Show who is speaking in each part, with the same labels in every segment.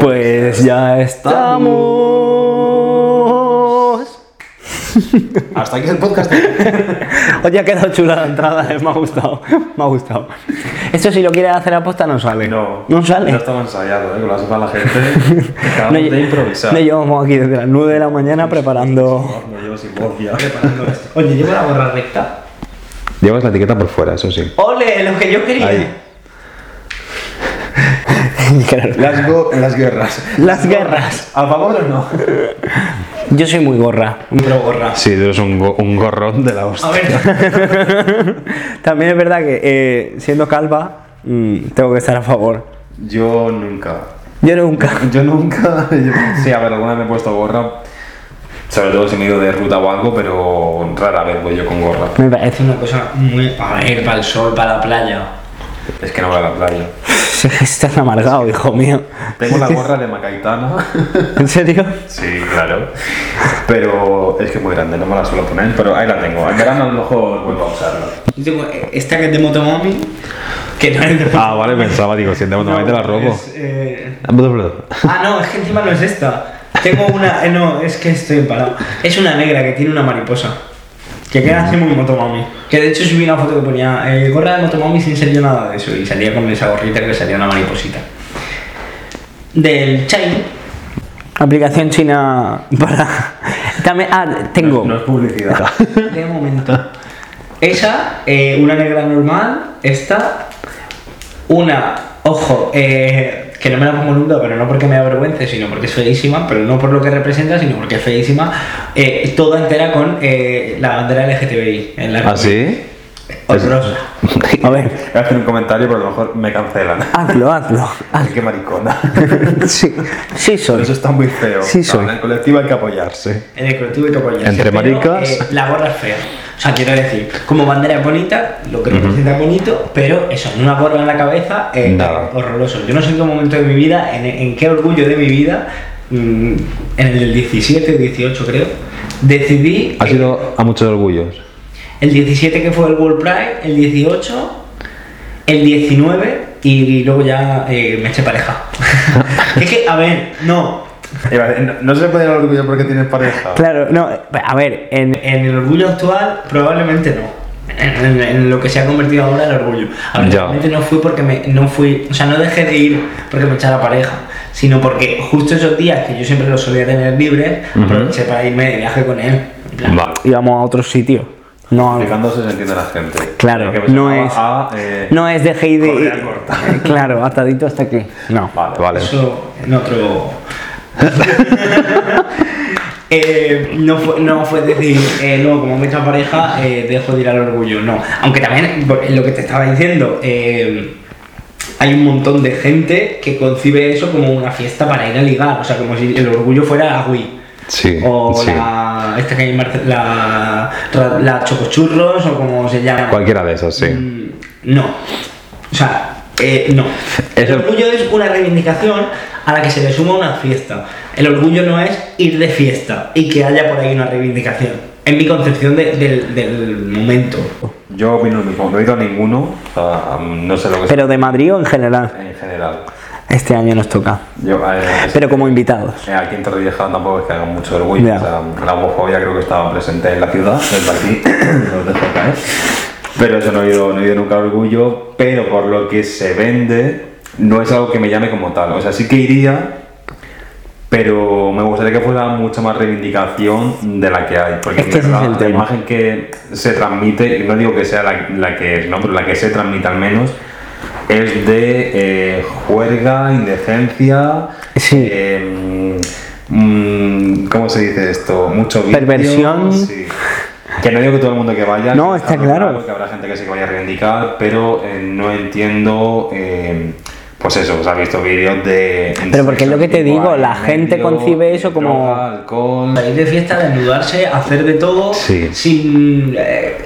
Speaker 1: Pues Ya estamos.
Speaker 2: Hasta aquí el podcast.
Speaker 1: Oye, ha quedado chula la entrada, eh, me ha gustado. Me ha gustado. Esto si lo quieres hacer aposta no sale.
Speaker 2: No,
Speaker 1: No sale.
Speaker 2: No estaba ensayado, ¿eh? que lo sepa la gente. Acabamos
Speaker 1: lle-
Speaker 2: de improvisar.
Speaker 1: no llevamos aquí desde las 9 de la mañana preparando.
Speaker 2: No, no llevo sin voz ya. Preparando esto. Oye, llevo la gorra recta.
Speaker 3: Llevas la etiqueta por fuera, eso sí.
Speaker 2: ¡Ole! Lo que yo quería.
Speaker 3: Ahí.
Speaker 1: Claro.
Speaker 3: Las, guerras.
Speaker 1: Las guerras.
Speaker 2: ¿A favor o no?
Speaker 1: Yo soy muy gorra.
Speaker 2: Pero gorra.
Speaker 3: Sí, tú eres un, go- un gorrón de la
Speaker 2: A
Speaker 3: hostia.
Speaker 2: ver.
Speaker 1: También es verdad que eh, siendo calva, mm, tengo que estar a favor.
Speaker 2: Yo nunca.
Speaker 1: Yo nunca.
Speaker 2: Yo nunca. yo- Sí, a ver, alguna vez me he puesto gorra. Sobre todo si me he ido de ruta o algo, pero rara vez voy yo con gorra.
Speaker 1: Me parece una.
Speaker 4: Una cosa muy para ir para el sol, para la playa.
Speaker 2: Es que no voy a la playa.
Speaker 1: Estás amargado, hijo mío.
Speaker 2: Tengo la gorra de Macaitana.
Speaker 1: ¿En serio?
Speaker 2: Sí, claro. Pero es que es muy grande, no me la suelo poner, pero ahí la tengo. En verano a lo mejor vuelvo a usarla.
Speaker 4: Yo tengo esta que es de Motomami, que no es de
Speaker 3: Ah, vale, pensaba, digo, si te
Speaker 4: No,
Speaker 3: te la robo.
Speaker 4: es, eh,
Speaker 3: Ah, perdón, perdón.
Speaker 4: Ah, no, es que encima no es esta. Tengo una. eh, no, es que estoy empalado. Es una negra que tiene una mariposa. Que queda así muy Motomami. Que de hecho subí una foto que ponía eh, gorra de Motomami sin ser yo nada de eso. Y salía con esa gorrita que le salía una mariposita. Del Chai.
Speaker 1: Aplicación china para. También. Ah, tengo.
Speaker 2: No es publicidad.
Speaker 4: De momento. Esa, eh, una negra normal, esta, una, ojo, eh, que no me la pongo nunca, pero no porque me avergüence, sino porque es feísima, pero no por lo que representa, sino porque es feísima, eh, toda entera con eh, la bandera LGTBI. En la
Speaker 3: ¿Ah, sí?
Speaker 4: Horrorosa.
Speaker 1: A ver,
Speaker 2: Voy a hacer un comentario, pero a lo mejor me cancelan.
Speaker 3: Ah.
Speaker 1: hazlo, hazlo.
Speaker 2: Ay, qué maricona.
Speaker 1: Sí, sí soy.
Speaker 2: Eso está muy feo.
Speaker 1: Sí,
Speaker 2: No,
Speaker 1: soy.
Speaker 2: En el colectivo hay que apoyarse.
Speaker 4: En el colectivo y topo
Speaker 3: Entre maricas.
Speaker 4: eh, la gorra es fea. O sea, quiero decir, como bandera es bonita, lo que representa es bonito, pero eso, una gorra en la cabeza, eh,
Speaker 3: Nada.
Speaker 4: horroroso. Yo no sé en qué momento de mi vida, en, en qué orgullo de mi vida, mm, en el del 17, 18 creo, decidí...
Speaker 3: Ha
Speaker 4: eh,
Speaker 3: sido a muchos orgullos.
Speaker 4: el 17 que fue el World Pride, el 18, el 19 y, luego ya eh, me eché pareja. es que, a ver, no,
Speaker 2: Iba a decir, No, no se puede dar orgullo porque tienes
Speaker 3: Ah.
Speaker 2: pareja.
Speaker 1: Claro, no, a ver, en.
Speaker 4: En el orgullo actual, probablemente no. En, en- en lo que se ha convertido ahora el orgullo. A ver,
Speaker 3: Ya.
Speaker 4: realmente no fui porque me. No fui, o sea, no dejé de ir porque me echara pareja, sino porque justo esos días que yo siempre los solía tener libres, aproveché para irme de viaje con él. En plan,
Speaker 3: Vale.
Speaker 1: íbamos a otro sitio. No,
Speaker 2: Explicándose se entiende la gente.
Speaker 1: Claro,
Speaker 2: Que me
Speaker 1: no
Speaker 2: llamaba A,
Speaker 1: es-
Speaker 2: eh,
Speaker 1: no es de Heidi. Eh,
Speaker 2: Correa corta.
Speaker 1: Claro, atadito hasta aquí. No.
Speaker 2: Vale, vale.
Speaker 3: Vale.
Speaker 4: Eso en otro. Eh, no, fue, no fue decir, eh, no, como me echa pareja, eh, dejo de ir al orgullo, no. Aunque también, por- lo que te estaba diciendo, eh, hay un montón de gente que concibe eso como una fiesta para ir a ligar, o sea, como si el orgullo fuera la Wii.
Speaker 3: Sí,
Speaker 4: O
Speaker 3: sí.
Speaker 4: la, esta que hay en Barce- la, la chocochurros, o como se llama.
Speaker 3: Cualquiera de esas, sí.
Speaker 4: Mm, No. O sea, eh, no.
Speaker 3: Es
Speaker 4: el
Speaker 3: el-
Speaker 4: orgullo es una reivindicación a la que se le suma una fiesta. El orgullo no es ir de fiesta y que haya por ahí una reivindicación. En mi concepción de- del, del momento.
Speaker 2: Yo opino lo mismo. No he ido a ninguno. o sea, mm, no sé lo que
Speaker 1: Pero de Madrid o en general.
Speaker 2: En general.
Speaker 1: Este año nos toca.
Speaker 2: Yo, eh,
Speaker 1: Pero como invitados.
Speaker 2: Eh, Aquí en Torrevieja tampoco es que haga mucho orgullo.
Speaker 1: Ya.
Speaker 2: o sea, la homofobia creo que estaba presente en la ciudad, desde aquí, los dejo caer. Pero eso no he ido, no he ido nunca a orgullo, pero por lo que se vende, no es algo que me llame como tal. O sea, sí que iría, pero me gustaría que fuera mucha más reivindicación de la que hay. Porque
Speaker 1: Es que ese es
Speaker 2: la,
Speaker 1: el
Speaker 2: la
Speaker 1: tema.
Speaker 2: imagen que se transmite, y no digo que sea la, la que es, ¿no? pero la que se transmite al menos, es de eh, juerga, indecencia,
Speaker 1: Sí.
Speaker 2: eh, mm, ¿Cómo se dice esto? Mucho vicio,
Speaker 1: Perversión.
Speaker 2: sí. Que no digo que todo el mundo que vaya.
Speaker 1: No,
Speaker 2: que
Speaker 1: está claro.
Speaker 2: Que habrá gente que sí que vaya a reivindicar, pero eh, no entiendo. eh, pues eso, pues has visto vídeos de.
Speaker 1: Pero porque es lo que te
Speaker 2: sexo
Speaker 1: digo,
Speaker 2: en
Speaker 1: la gente concibe eso como-
Speaker 2: droga, alcohol.
Speaker 4: Salir de fiesta, desnudarse, hacer de todo
Speaker 3: Sí.
Speaker 4: sin. eh,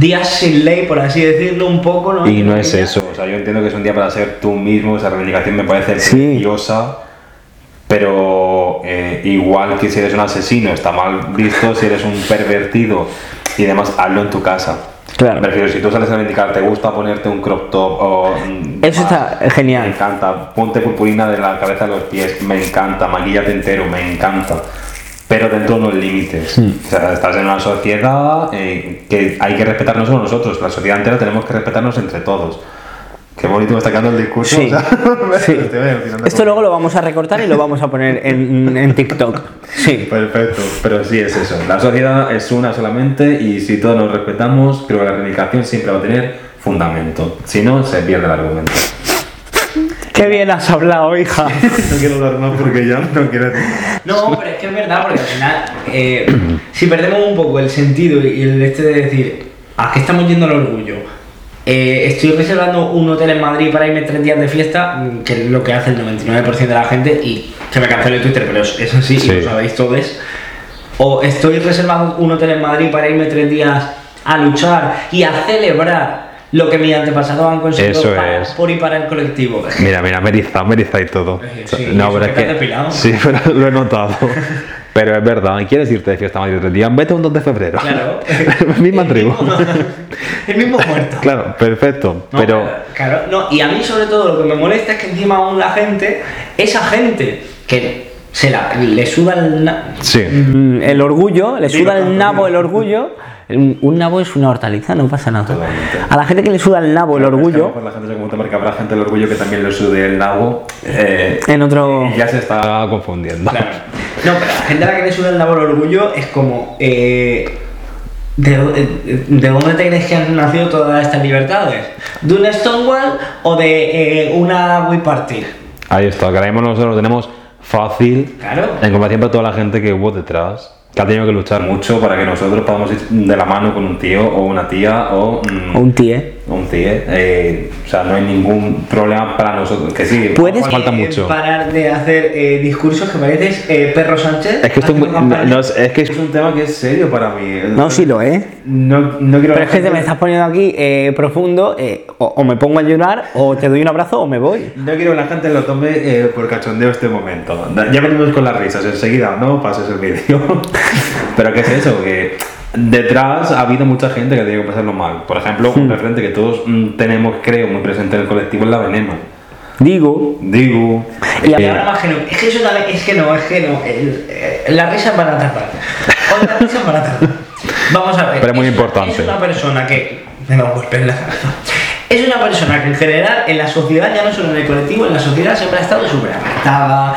Speaker 4: días sin ley, por así decirlo, un poco. ¿no?
Speaker 3: Y no es eso.
Speaker 2: O sea, yo entiendo que es un día para ser tú mismo, esa reivindicación me parece
Speaker 1: Sí.
Speaker 2: preciosa, pero eh, igual que si eres un asesino está mal visto, si eres un pervertido y demás, hazlo en tu casa.
Speaker 1: Claro.
Speaker 2: Me refiero, si tú sales a indicar, te gusta ponerte un crop top o. mm,
Speaker 1: Eso está genial.
Speaker 2: Me encanta. Ponte purpurina de la cabeza a los pies, me encanta. Maquillate entero, me encanta. Pero dentro de unos límites.
Speaker 1: Mm.
Speaker 2: O sea, estás en una sociedad eh, que hay que respetar no solo nosotros, la sociedad entera tenemos que respetarnos entre todos. Qué bonito me está quedando el discurso.
Speaker 1: Sí.
Speaker 2: o sea, me
Speaker 1: Sí.
Speaker 2: estoy emocionando
Speaker 1: Esto luego lo vamos a recortar y lo vamos a poner en, en TikTok. Sí.
Speaker 2: Perfecto, pero sí es eso. La sociedad es una solamente y si todos nos respetamos, creo que la reivindicación siempre va a tener fundamento. Si no, se pierde el argumento.
Speaker 1: Qué bien has hablado, hija.
Speaker 2: No quiero hablar más porque ya no quiero
Speaker 4: No, pero es que es verdad, porque al final, eh, si perdemos un poco el sentido y el este de decir, ¿a qué estamos yendo el orgullo? Eh, estoy reservando un hotel en Madrid para irme tres días de fiesta, mm, que es lo que hace el 99% de la gente, y que me cancele Twitter, pero es es así, y
Speaker 3: Sí.
Speaker 4: lo sabéis todos. O estoy reservando un hotel en Madrid para irme tres días a luchar y a celebrar lo que mis antepasados han conseguido
Speaker 3: Eso
Speaker 4: para-
Speaker 3: es.
Speaker 4: por y para el colectivo.
Speaker 3: Mira, mira, meriza, meriza y todo.
Speaker 2: Eh,
Speaker 4: Sí,
Speaker 3: no,
Speaker 4: eso
Speaker 3: pero
Speaker 4: que
Speaker 3: es
Speaker 4: te has depilado.
Speaker 3: que. Sí, pero lo he notado. Pero es verdad, ¿quieres irte de fiesta a Madrid? Te digan, vete un 2 de febrero.
Speaker 4: Claro.
Speaker 3: Misma
Speaker 4: El
Speaker 3: tribu.
Speaker 4: mismo- El mismo muerto.
Speaker 3: Claro, perfecto.
Speaker 4: No,
Speaker 3: pero.
Speaker 4: Claro, no, y a mí sobre todo lo que me molesta es que encima aún la gente, esa gente que se la, le suda el... na-
Speaker 3: Sí.
Speaker 1: Mm, El orgullo, le
Speaker 2: Dilo
Speaker 1: suda el
Speaker 2: tanto,
Speaker 1: nabo
Speaker 2: dilo.
Speaker 1: el orgullo. Un un nabo es una hortaliza, no pasa nada.
Speaker 2: Totalmente.
Speaker 1: A la gente que le suda el nabo el orgullo,
Speaker 2: Por la gente se comenta porque habrá gente del orgullo que también lo sude el nabo. eh,
Speaker 1: en otro.
Speaker 2: y ya se está.
Speaker 3: Estaba confundiendo.
Speaker 4: Claro. No, pero la gente a la que le suda el labor orgullo es como... eh, ¿de, dó- eh, de dónde te crees que han nacido todas estas libertades? ¿De un Stonewall o de eh, una Wii Party?
Speaker 3: Ahí está, que ahora mismo nosotros lo tenemos fácil
Speaker 4: Claro.
Speaker 3: en comparación con toda la gente que hubo detrás, que ha tenido que luchar mucho.
Speaker 2: mucho para que nosotros podamos ir de la mano con un tío o una tía o mm,
Speaker 1: O un tíe.
Speaker 2: un tío. eh, o sea, no hay ningún problema para nosotros. Que sí,
Speaker 1: Puedes-
Speaker 3: Falta mucho.
Speaker 4: Parar de hacer eh, discursos que pareces eh, Perro Sánchez.
Speaker 3: Es que esto es muy-
Speaker 4: haciendo
Speaker 3: no,
Speaker 4: campaña.
Speaker 3: no, es que
Speaker 2: es un tema que es serio para mí.
Speaker 1: No, sí lo es.
Speaker 2: No, no quiero
Speaker 1: Pero es que te me estás poniendo aquí eh, profundo, eh, o, o me pongo a llorar, o te doy un abrazo, o me voy.
Speaker 2: No quiero que la gente lo tome eh, por cachondeo este momento. Da- Ya venimos con las risas enseguida, no pases el vídeo. Pero ¿qué es eso? Que detrás ha habido mucha gente que tiene que pasarlo mal. Por ejemplo,
Speaker 3: Hmm.
Speaker 2: un referente que todos mm, tenemos, creo, muy presente en el colectivo es la veneno.
Speaker 1: Digo.
Speaker 2: Digo. eh,
Speaker 1: Y
Speaker 4: Y
Speaker 1: ahora-
Speaker 4: ahora más que no. Es que eso también. Es que no, es que no. El- eh, la risa es barata. O la risa es barata. Vamos a ver.
Speaker 3: Pero es muy
Speaker 4: Es-
Speaker 3: importante.
Speaker 4: Es una persona que. Me da un golpe en la cabeza. Es una persona que en general en la sociedad, ya no solo en el colectivo, en la sociedad siempre ha estado súper apartada,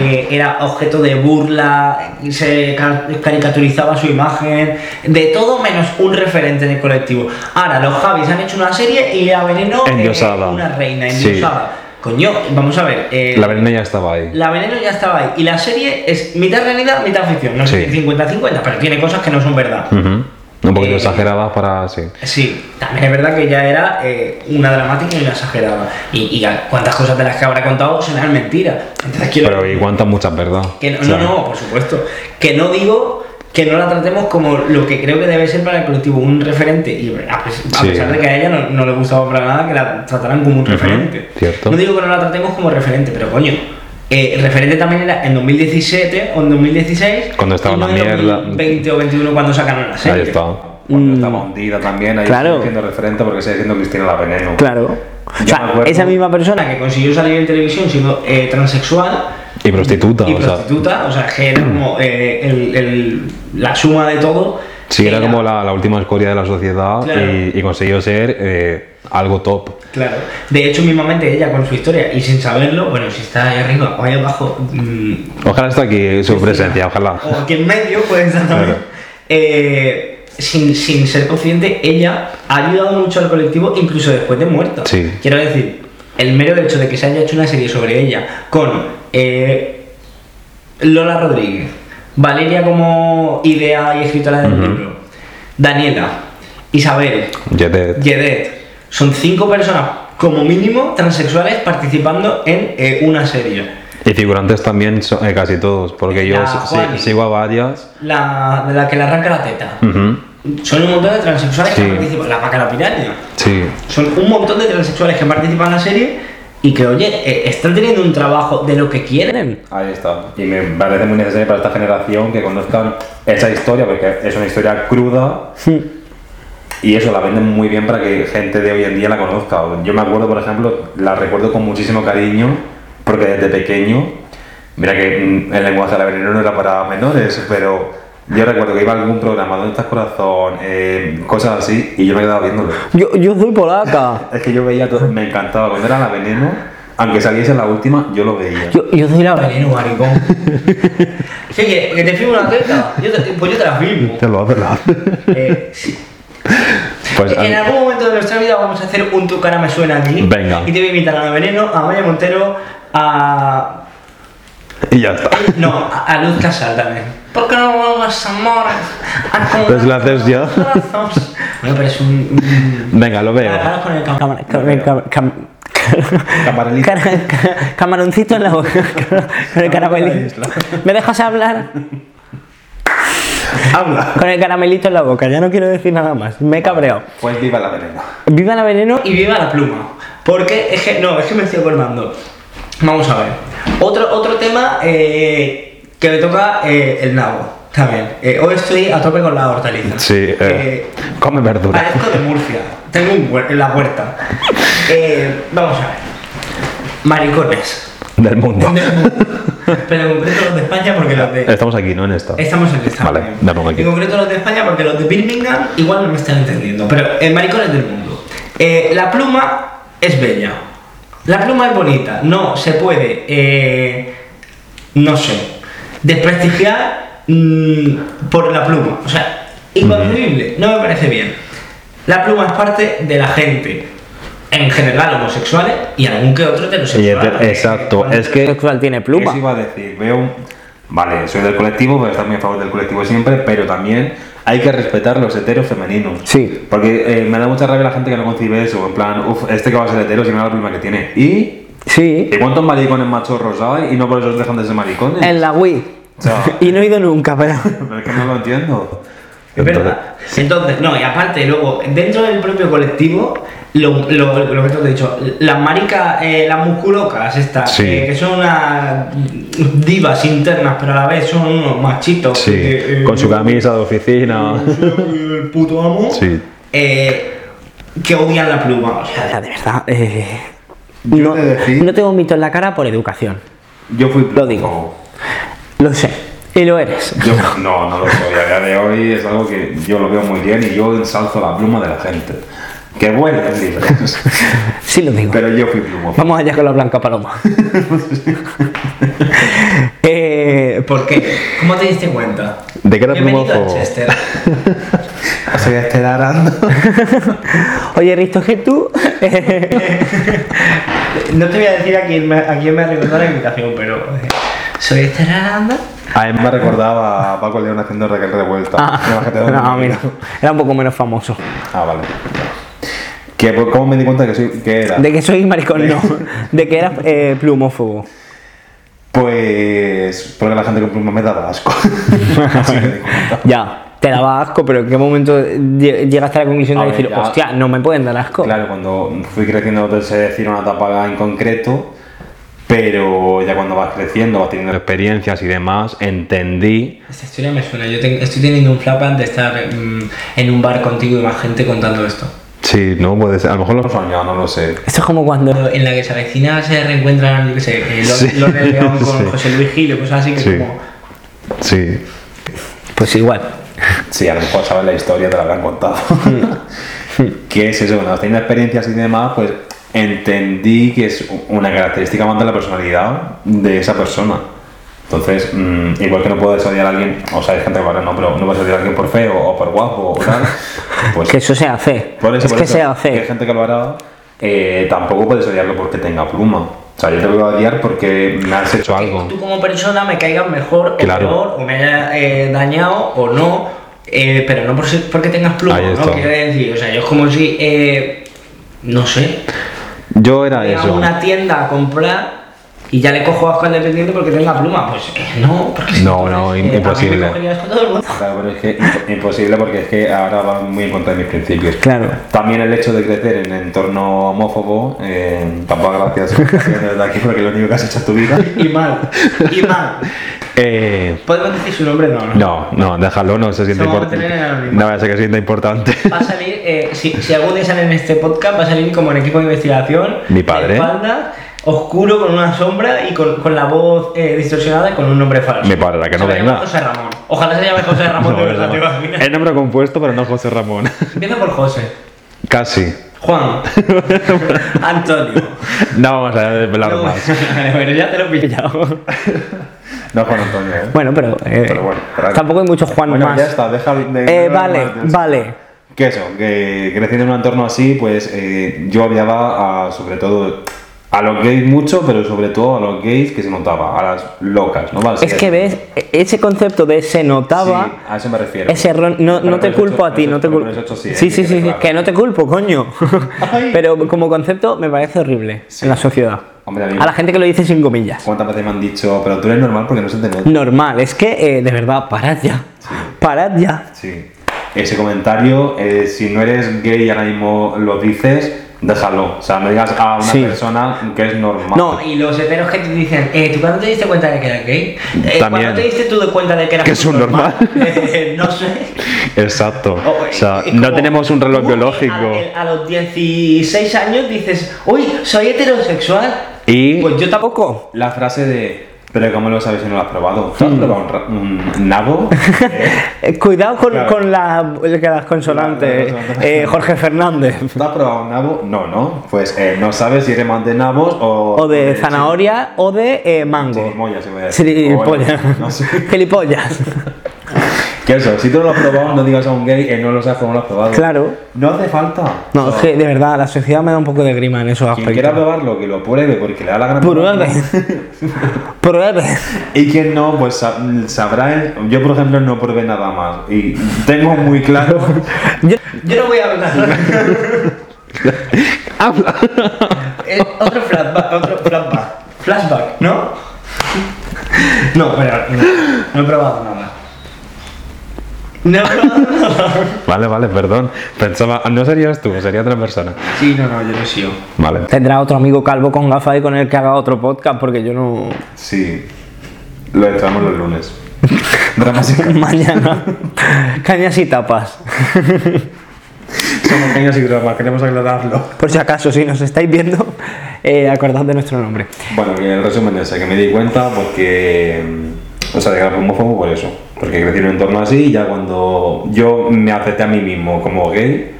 Speaker 4: eh, era objeto de burla, se ca- caricaturizaba su imagen, de todo menos un referente en el colectivo. Ahora, los Javis han hecho una serie y la Veneno eh,
Speaker 3: Endiosada.
Speaker 4: una reina
Speaker 3: Sí.
Speaker 4: endiosada. Coño, vamos a ver. eh,
Speaker 3: la veneno ya estaba ahí.
Speaker 4: la Veneno ya estaba ahí. Y la serie es mitad realidad, mitad ficción. No
Speaker 3: Sí.
Speaker 4: sé, 50-50, pero tiene cosas que no son verdad.
Speaker 3: Ujú. Un poquito
Speaker 4: Eh,
Speaker 3: exageradas para. Sí.
Speaker 4: Sí, también es verdad que ya era eh, una dramática y una exagerada. Y, y a- cuántas cosas de las que habrá contado serán mentiras. Entonces quiero.
Speaker 3: Pero y cuántas muchas, ¿verdad?
Speaker 4: que no,
Speaker 3: O sea,
Speaker 4: no, no, por supuesto. Que no digo que no la tratemos como lo que creo que debe ser para el colectivo, un referente. Y a, pes- a
Speaker 3: Sí.
Speaker 4: pesar de que a ella no, no le gustaba para nada que la trataran como un referente.
Speaker 3: cierto.
Speaker 4: No digo que no la tratemos como referente, pero coño. eh, referente también era en 2017 o en 2016.
Speaker 3: Cuando estaba
Speaker 4: y no
Speaker 3: la
Speaker 4: en
Speaker 3: mierda.
Speaker 4: 2020 o 21 cuando sacaron la serie.
Speaker 3: Ahí está.
Speaker 2: Cuando
Speaker 1: Mm.
Speaker 2: eh, estaba hundida también, ahí
Speaker 1: Claro.
Speaker 2: estoy haciendo referente porque estoy diciendo Cristina la veneno.
Speaker 1: Claro. O
Speaker 2: Yo me
Speaker 1: sea,
Speaker 2: acuerdo-
Speaker 1: esa misma persona
Speaker 4: persona que consiguió salir en televisión siendo eh, transexual
Speaker 3: Y prostituta,
Speaker 4: y
Speaker 3: o sea. Mm.
Speaker 4: prostituta, o sea, que era como eh, el- el- la suma de todo.
Speaker 3: Sí, era como la, la última escoria de la sociedad
Speaker 4: Claro.
Speaker 3: y, y consiguió ser eh, algo top.
Speaker 4: Claro. De hecho, mismamente ella con su historia y sin saberlo, bueno, si está ahí arriba o ahí abajo, mm,
Speaker 3: Ojalá está aquí su presencia, ojalá.
Speaker 2: Oh.
Speaker 4: O aquí en medio, pues exactamente.
Speaker 3: Ah. Claro.
Speaker 4: Eh, sin, sin ser consciente, ella ha ayudado mucho al colectivo, incluso después de muerta.
Speaker 3: Sí.
Speaker 4: Quiero decir, el mero hecho de que se haya hecho una serie sobre ella con eh, Lola Rodríguez, Valeria como idea y escritora del libro, Daniela, Isabel,
Speaker 3: Jedet.
Speaker 4: Yedet. Son cinco personas, como mínimo, transexuales participando en eh, una serie.
Speaker 3: Y figurantes también, son- eh, casi todos, porque yo
Speaker 4: La
Speaker 3: si-
Speaker 4: Juani.
Speaker 3: sigo a varias.
Speaker 4: La, de la que le arranca la teta.
Speaker 3: Ujú.
Speaker 4: Son un montón de transexuales que
Speaker 3: Sí.
Speaker 4: participan. La vaca la piraña.
Speaker 3: Sí,
Speaker 4: Son un montón de transexuales que participan en la serie y que, oye, eh, están teniendo un trabajo de lo que quieren.
Speaker 2: Ahí está. Y me parece muy necesario para esta generación que conozcan esa historia, porque es una historia cruda, Y eso la venden muy bien para que gente de hoy en día la conozca. Yo me acuerdo, por ejemplo, la recuerdo con muchísimo cariño, porque desde pequeño, mira que mm, el lenguaje salaverino no era para menores, pero yo recuerdo que iba a algún programa, ¿Dónde estás corazón? Eh, cosas así, y yo me quedaba viéndolo.
Speaker 1: Yo, yo soy polaca.
Speaker 2: Es que yo veía todo, me encantaba. Cuando era la veneno, aunque saliese la última, yo lo veía.
Speaker 1: Yo, yo soy la.
Speaker 4: Veneno, maricón. ¿Qué quieres? ¿Que te firme una teta? Yo te- pues yo te la firmo.
Speaker 3: Te lo haces, lo haces.
Speaker 4: Eh, sí.
Speaker 3: Pues,
Speaker 4: en
Speaker 3: al-
Speaker 4: algún momento de nuestra vida vamos a hacer un tu cara me suena aquí.
Speaker 3: Venga.
Speaker 4: Y te voy a invitar a Veneno, a Maya Montero, a.
Speaker 3: y ya está.
Speaker 4: No, a- a Luz Casal también. ¿Por qué no vuelvas, amor?
Speaker 3: Pues lo haces ya.
Speaker 4: Bueno, pero es un. un-
Speaker 3: Venga, lo veo.
Speaker 4: Ahora con el cam-
Speaker 1: Cámara- cam- cam- cam-
Speaker 2: Camarelito.
Speaker 1: Cara- ca- camaroncito en la boca. Con el caramelito. ¿Me dejas hablar?
Speaker 2: ¡Habla!
Speaker 1: Con el caramelito en la boca. Ya no quiero decir nada más. Me he cabreado.
Speaker 2: Pues viva la veneno.
Speaker 1: Viva la veneno.
Speaker 4: y viva la pluma. Porque es que, no, es que me estoy acordando. Vamos a ver. Otro, otro tema eh, que me toca eh, el nabo también. Eh, hoy estoy a tope con la hortaliza.
Speaker 3: Sí, eh,
Speaker 4: Eh,
Speaker 3: come verdura.
Speaker 4: Parezco de Murcia. Tengo un huer- en la huerta. Eh, vamos a ver. Maricones.
Speaker 3: Del mundo.
Speaker 4: Pero en concreto los de España porque los de...
Speaker 3: Estamos aquí, ¿no? En esta.
Speaker 4: Estamos en esta.
Speaker 3: Vale, me pongo aquí.
Speaker 4: En concreto los de España, porque los de Birmingham igual no me están entendiendo. Pero en maricones del mundo. Eh, la pluma es bella. La pluma es bonita. No se puede, eh, no sé, desprestigiar mm, por la pluma. O sea, inconcebible. No me parece bien. La pluma es parte de la gente. En general homosexuales y algún que otro heterosexual.
Speaker 3: Y ete- exacto, es que-
Speaker 1: El sexual tiene pluma.
Speaker 2: Eso iba a decir, veo un- Vale, soy del colectivo, voy a estar muy a favor del colectivo siempre, pero también hay que respetar los heteros femeninos.
Speaker 1: Sí.
Speaker 2: Porque eh, me da mucha rabia la gente que no concibe eso, en plan, uff, este que va a ser hetero, si mira la pluma que tiene. ¿Y?
Speaker 1: Sí.
Speaker 2: ¿Y cuántos maricones machorros hay? Y no por eso dejan de ser maricones.
Speaker 1: En la Wii.
Speaker 2: sea-
Speaker 1: Y no he ido nunca, pero.
Speaker 2: Pero es que no lo entiendo.
Speaker 4: Es verdad. Entonces, no, y aparte, luego, dentro del propio colectivo, lo, lo- lo que te he dicho, las maricas, eh, las musculocas, estas,
Speaker 3: Sí.
Speaker 4: eh, que son unas divas internas, pero a la vez son unos machitos.
Speaker 3: Sí,
Speaker 4: que, eh,
Speaker 3: con su camisa de oficina.
Speaker 4: El puto amo.
Speaker 3: Sí.
Speaker 4: eh, que odian la pluma. O
Speaker 1: O sea,
Speaker 4: sea,
Speaker 1: de verdad. eh,
Speaker 2: Yo
Speaker 1: no,
Speaker 2: he de decir-
Speaker 1: no tengo un mito en la cara por educación.
Speaker 2: Yo fui
Speaker 1: Lo digo. Lo sé. Y lo eres.
Speaker 2: Yo, no, no lo soy. A día de hoy es algo que yo lo veo muy bien y yo ensalzo la pluma de la gente. Que vuelven libres.
Speaker 1: Sí lo digo.
Speaker 2: Pero yo fui plumón.
Speaker 1: Vamos allá con la blanca paloma. Eh,
Speaker 4: ¿por qué? ¿Cómo te diste cuenta?
Speaker 3: ¿De qué era
Speaker 4: Bienvenido a
Speaker 3: plumófobo?
Speaker 4: Chester.
Speaker 2: Soy este Aranda.
Speaker 1: pues, oye, Risto, que tú. eh,
Speaker 4: No te voy a decir a quién me, a quién me ha recordado la invitación, pero. eh, soy Esther Aranda.
Speaker 2: A mí me recordaba a Paco León haciendo Raquel Revuelta. Imagínate dónde
Speaker 1: no,
Speaker 2: me
Speaker 1: mira.
Speaker 2: quedo.
Speaker 1: Era un poco menos famoso.
Speaker 2: Ah, vale. Que, pues, ¿Cómo me di cuenta que, soy, que era?
Speaker 1: De que soy maricón, no. De que eras eh, plumófobo.
Speaker 2: Pues porque la gente con pluma me daba asco. Así me di cuenta.
Speaker 1: Ya, te daba asco, pero ¿en qué momento lle- llegaste a la conclusión
Speaker 2: A
Speaker 1: de
Speaker 2: ver,
Speaker 1: decir,
Speaker 2: ya-
Speaker 1: hostia, no me pueden dar asco?
Speaker 2: Claro, cuando fui creciendo no te sé decir una etapa en concreto, pero ya cuando vas creciendo, vas teniendo...
Speaker 3: Experiencias y demás, entendí.
Speaker 4: Esta historia me suena. Yo te- estoy teniendo un flap de estar mm, en un bar contigo y más gente contando esto.
Speaker 3: Sí, no puede ser. A lo mejor
Speaker 2: No
Speaker 3: los.
Speaker 2: soñado, no lo sé.
Speaker 1: Esto es como cuando.
Speaker 4: En la que se avecina se reencuentran, yo qué sé, eh, Lore-
Speaker 3: Sí.
Speaker 4: Lore León con
Speaker 3: Sí.
Speaker 4: José Luis Gil o cosas así que
Speaker 3: Sí.
Speaker 4: es como.
Speaker 3: Sí.
Speaker 1: Pues igual.
Speaker 2: Sí, a lo mejor sabes la historia, te la habrán contado. ¿Qué es eso? Cuando vas teniendo experiencias y demás, pues entendí que es u- una característica más de la personalidad de esa persona. Entonces, mm, igual que no puedes odiar a alguien, o sea, hay gente que vale, no, pero no vas a odiar a alguien por feo o por guapo o tal, pues
Speaker 1: Que eso se hace.
Speaker 2: por eso,
Speaker 1: es
Speaker 2: por
Speaker 1: que
Speaker 2: eso,
Speaker 1: se
Speaker 2: que Hay
Speaker 1: hace.
Speaker 2: gente que lo hará, eh, tampoco puedes odiarlo porque tenga pluma. O sea, yo te voy a odiar porque me has hecho
Speaker 3: Hecho
Speaker 2: algo.
Speaker 3: algo.
Speaker 4: Tú como persona me caigas mejor
Speaker 3: Claro.
Speaker 4: o peor, o me hayas eh, dañado o no, eh, pero no por si- porque tengas pluma,
Speaker 3: Ahí
Speaker 4: ¿no?
Speaker 3: está.
Speaker 4: Quiero decir, o sea, yo es como si. eh, no sé.
Speaker 3: Yo era
Speaker 4: Voy a
Speaker 3: eso.
Speaker 4: una tienda a comprar Y ya le cojo asco al dependiente porque tenga pluma. Pues eh, no, porque si
Speaker 3: No, no,
Speaker 4: entonces, a mí me
Speaker 3: imposible.
Speaker 4: cogería asco todo el mundo.
Speaker 2: Claro, pero es que imp- imposible porque es que ahora va muy en contra de mis principios.
Speaker 1: Claro.
Speaker 2: También el hecho de crecer en entorno homófobo, eh, tampoco gracias de aquí porque lo único que has hecho es tu vida.
Speaker 4: Y mal, y mal.
Speaker 3: Eh,
Speaker 4: ¿Podemos decir su nombre? No, no.
Speaker 3: no, no, déjalo, no se siente
Speaker 4: Se va a
Speaker 3: importante.
Speaker 4: mantener en anonimato.
Speaker 3: No vaya a ser que se sienta importante.
Speaker 4: Va a salir, eh, si, si algún día sale en este podcast, va a salir como en equipo de investigación.
Speaker 3: Mi padre.
Speaker 4: de espalda, oscuro, con una sombra y con, con la voz eh, distorsionada y con un nombre falso.
Speaker 3: Mi padre, que no
Speaker 4: Se va a
Speaker 3: venga.
Speaker 4: llamar José Ramón. Ojalá se llame José Ramón
Speaker 3: No,
Speaker 4: de
Speaker 3: es
Speaker 4: verdad, te
Speaker 3: Ramón.
Speaker 4: imaginas.
Speaker 3: El nombre compuesto, pero no José Ramón.
Speaker 4: Empieza por José.
Speaker 3: Casi.
Speaker 4: Juan. Antonio.
Speaker 3: No vamos a desvelar
Speaker 4: No,
Speaker 3: más.
Speaker 4: Pero ya te lo he pillado.
Speaker 2: No, Juan Antonio. ¿eh?
Speaker 1: Bueno, pero, eh,
Speaker 2: Pero bueno, claro.
Speaker 1: tampoco hay muchos Juan
Speaker 2: Bueno,
Speaker 1: más.
Speaker 2: ya está, deja de-
Speaker 1: Eh,
Speaker 2: de-
Speaker 1: vale,
Speaker 2: de- de-
Speaker 1: vale.
Speaker 2: Que eso, que creciendo en un entorno así, pues eh, yo odiaba a, sobre todo a los gays mucho, pero sobre todo a los gays que se notaba, a las locas, ¿no? Vale,
Speaker 1: Es que ves, e- ese concepto de se notaba.
Speaker 2: Sí, a eso me refiero.
Speaker 1: Ese error, no,
Speaker 2: Pero
Speaker 1: no
Speaker 2: con
Speaker 1: te
Speaker 2: los
Speaker 1: culpo a
Speaker 2: ocho-
Speaker 1: ti,
Speaker 2: con
Speaker 1: no
Speaker 2: los
Speaker 1: te
Speaker 2: ocho-
Speaker 1: culpo.
Speaker 2: con los ocho sí,
Speaker 1: Sí,
Speaker 2: ¿eh?
Speaker 1: sí, sí,
Speaker 2: Que
Speaker 1: sí,
Speaker 2: claro.
Speaker 1: que no te culpo, coño.
Speaker 2: Ay.
Speaker 1: Pero como concepto me parece horrible en la sociedad.
Speaker 2: Hombre, a mí-
Speaker 1: a la gente que lo dice sin comillas.
Speaker 2: ¿Cuántas veces me han dicho, pero tú eres normal porque no se te
Speaker 1: Mm.
Speaker 2: nota?
Speaker 1: Normal, es que eh, de verdad, parad ya. Parad ya.
Speaker 2: Sí. Ese comentario, eh, si no eres gay y ahora mismo lo dices, déjalo. O sea, no digas a una
Speaker 1: Sí.
Speaker 2: persona que es normal.
Speaker 1: No,
Speaker 4: Y los heteros que te dicen, eh, ¿tú cuándo te diste cuenta de que eras gay? Eh,
Speaker 3: También.
Speaker 4: ¿Cuándo te diste tú de cuenta de que eras
Speaker 3: Que es un
Speaker 4: Eh, no sé.
Speaker 3: Exacto.
Speaker 4: Oh,
Speaker 3: O sea,
Speaker 4: es
Speaker 3: no
Speaker 4: como-
Speaker 3: tenemos un reloj
Speaker 4: ¿cómo que
Speaker 3: biológico.
Speaker 4: A, a los 16 años dices, uy, soy heterosexual.
Speaker 3: Y
Speaker 4: Pues yo tampoco.
Speaker 1: Poco.
Speaker 2: La frase de, pero ¿cómo lo sabes si no lo has probado? ¿Tú has
Speaker 1: Hmm.
Speaker 2: probado un, ra- un nabo? Eh,
Speaker 1: Eh, cuidado con,
Speaker 2: Claro.
Speaker 1: con la- que las consonantes.
Speaker 2: Claro, claro,
Speaker 1: eh, Jorge Fernández.
Speaker 2: ¿Tú has probado un nabo? No, no. Pues eh, no sabes si eres más de nabos o...
Speaker 1: O de zanahoria o de eh, mango.
Speaker 2: Chirimoya, se me
Speaker 1: Gilipollas.
Speaker 2: pues, No sé.
Speaker 1: Gilipollas.
Speaker 2: Que eso, si tú no lo has probado, no digas a un gay que no lo sabes cómo lo has probado.
Speaker 1: Claro.
Speaker 2: No hace falta.
Speaker 1: No, es que de verdad, la sociedad me da un poco de grima en esos
Speaker 2: Quien quiera
Speaker 1: aspectos.
Speaker 2: probarlo, que lo pruebe porque le da la gana.
Speaker 1: Pruebe.
Speaker 2: probarlo.
Speaker 1: Pruebe.
Speaker 2: Y quien no, pues sab- sabrá. el- Yo, por ejemplo, no probé nada más. Y tengo muy claro.
Speaker 1: Yo-
Speaker 4: Yo no voy a hablar.
Speaker 3: habla.
Speaker 4: Eh, otro flashback, otro flashback. Flashback, ¿no? No, bueno, no, no he probado nada. No he probado nada.
Speaker 3: Vale, vale, perdón. Pensaba, no serías tú, sería otra persona.
Speaker 4: Sí, no, no, yo no sigo.
Speaker 3: Vale.
Speaker 1: Tendrá otro amigo calvo con gafas y con el que haga otro podcast porque yo no.
Speaker 2: Sí. Lo entramos los lunes. Dramas y
Speaker 1: Mañana. Cañas y tapas.
Speaker 2: Somos cañas y dramas, queremos aclararlo.
Speaker 1: Por si acaso, si nos estáis viendo, eh, acordad de nuestro nombre.
Speaker 2: Bueno, que el resumen es que me di cuenta porque. mm, O sea, de que era homófobo por eso. Porque crecí en un entorno así y ya cuando yo me acepté a mí mismo como gay,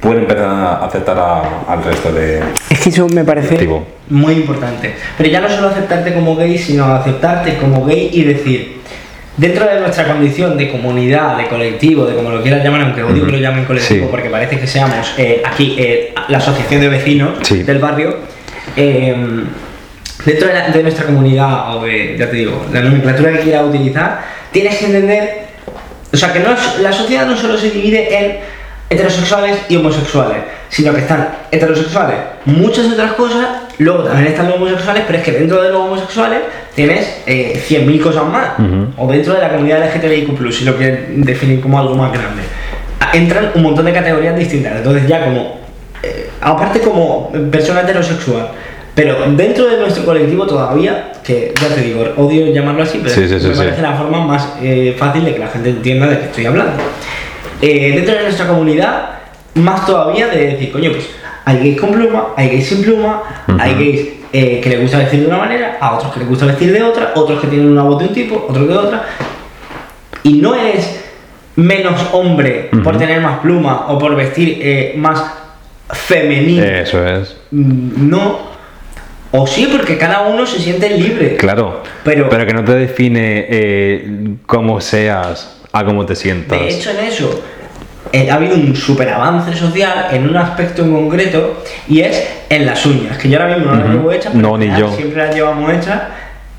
Speaker 2: puedo empezar a aceptar a- al resto de.
Speaker 1: Es que eso me parece.
Speaker 3: Tipo,
Speaker 4: Muy importante. Pero ya no solo aceptarte como gay, sino aceptarte como gay y decir, dentro de nuestra condición de comunidad, de colectivo, de como lo quieras llamar, aunque odio que lo llamen colectivo
Speaker 3: Sí.
Speaker 4: porque parece que seamos eh, aquí eh, la asociación de vecinos
Speaker 3: Sí.
Speaker 4: del barrio, eh, dentro de, la- de nuestra comunidad o de, ya te digo, la nomenclatura que quieras utilizar, tienes que entender, o sea, que no es- la sociedad no solo se divide en heterosexuales y homosexuales, sino que están heterosexuales, muchas otras cosas, luego también están los homosexuales, pero es que dentro de los homosexuales tienes eh, 100.000 cosas más, o dentro de la comunidad LGTBIQ+, si lo quieres definir como algo más grande. A- Entran un montón de categorías distintas, entonces ya como, eh, aparte como persona heterosexual, pero dentro de nuestro colectivo todavía, que ya te digo, odio llamarlo así, pero
Speaker 3: Sí, sí, sí,
Speaker 4: me
Speaker 3: sí.
Speaker 4: parece la forma más eh, fácil de que la gente entienda de qué estoy hablando. Eh, dentro de nuestra comunidad, más todavía de decir, coño, pues hay gays con pluma, hay gays sin pluma, hay gays eh, que les gusta vestir de una manera, a otros que les gusta vestir de otra, otros que tienen una voz de un tipo, otros de otra. Y no es menos hombre por tener más pluma o por vestir eh, más femenino.
Speaker 3: eso es.
Speaker 4: Mm, No. O sí, porque cada uno se siente libre.
Speaker 3: Claro.
Speaker 4: Pero-
Speaker 3: que no te define eh, cómo seas a cómo te sientas.
Speaker 4: De hecho, en eso eh, ha habido un super avance social en un aspecto en concreto y es en las uñas, que yo ahora mismo no las
Speaker 3: Ujú.
Speaker 4: llevo hechas, pero
Speaker 3: No, ni
Speaker 4: ya
Speaker 3: yo.
Speaker 4: siempre las llevamos hechas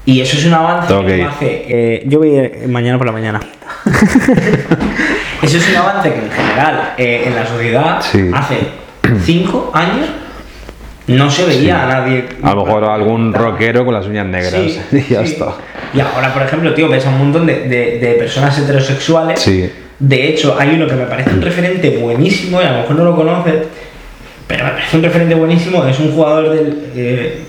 Speaker 4: y eso es un avance
Speaker 3: Tengo que
Speaker 4: que
Speaker 3: ir.
Speaker 4: nos hace. eh,
Speaker 1: Eh, yo voy eh, mañana por la mañana.
Speaker 4: Eso es un avance que en general eh, en la sociedad
Speaker 3: Sí.
Speaker 4: hace 5 años No se veía a nadie.
Speaker 3: A lo mejor algún rockero con las uñas negras.
Speaker 4: Sí,
Speaker 3: y ya
Speaker 4: sí.
Speaker 3: está.
Speaker 4: Y ahora, por ejemplo, tío, ves a un montón de, de- de personas heterosexuales.
Speaker 3: Sí.
Speaker 4: De hecho, hay uno que me parece un referente buenísimo, y a lo mejor no lo conoces, pero me parece un referente buenísimo. Es un jugador del. eh,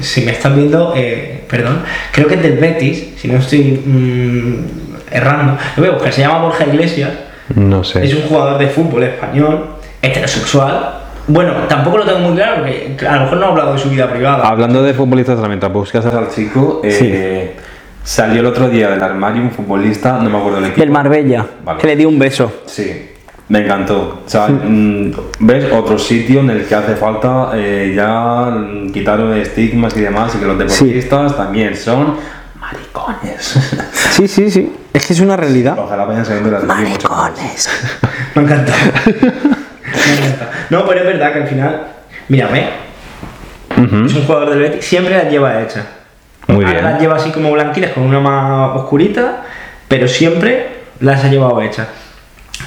Speaker 4: si me están viendo, eh, perdón, creo que es del Betis, si no estoy mm, errando. Lo voy a buscar, se llama Borja Iglesias.
Speaker 3: No sé.
Speaker 4: Es un jugador de fútbol español, heterosexual. Bueno, tampoco lo tengo muy claro porque a lo mejor no ha hablado de su vida privada.
Speaker 3: Hablando de futbolistas, la mientras buscas a-
Speaker 2: al chico, eh, salió el otro día del armario un futbolista, no me acuerdo el equipo.
Speaker 1: Del Marbella,
Speaker 2: Vale.
Speaker 1: que le dio un beso.
Speaker 2: Sí, me encantó. O sea, mm, ves otro sitio en el que hace falta eh, ya mm, quitar los estigmas y demás, y que los deportistas también son maricones.
Speaker 1: Sí, sí, sí. Es que es una realidad.
Speaker 2: Ojalá vayan saliendo las leyes mucho más.
Speaker 4: Me encanta. Me encanta. No, pero es verdad que al final, mírame, es un jugador del Betis, siempre las lleva hechas.
Speaker 3: ¿Mm? Muy
Speaker 4: Ahora
Speaker 3: bien.
Speaker 4: Las lleva así como blanquitas con una más oscurita, pero siempre las ha llevado hechas.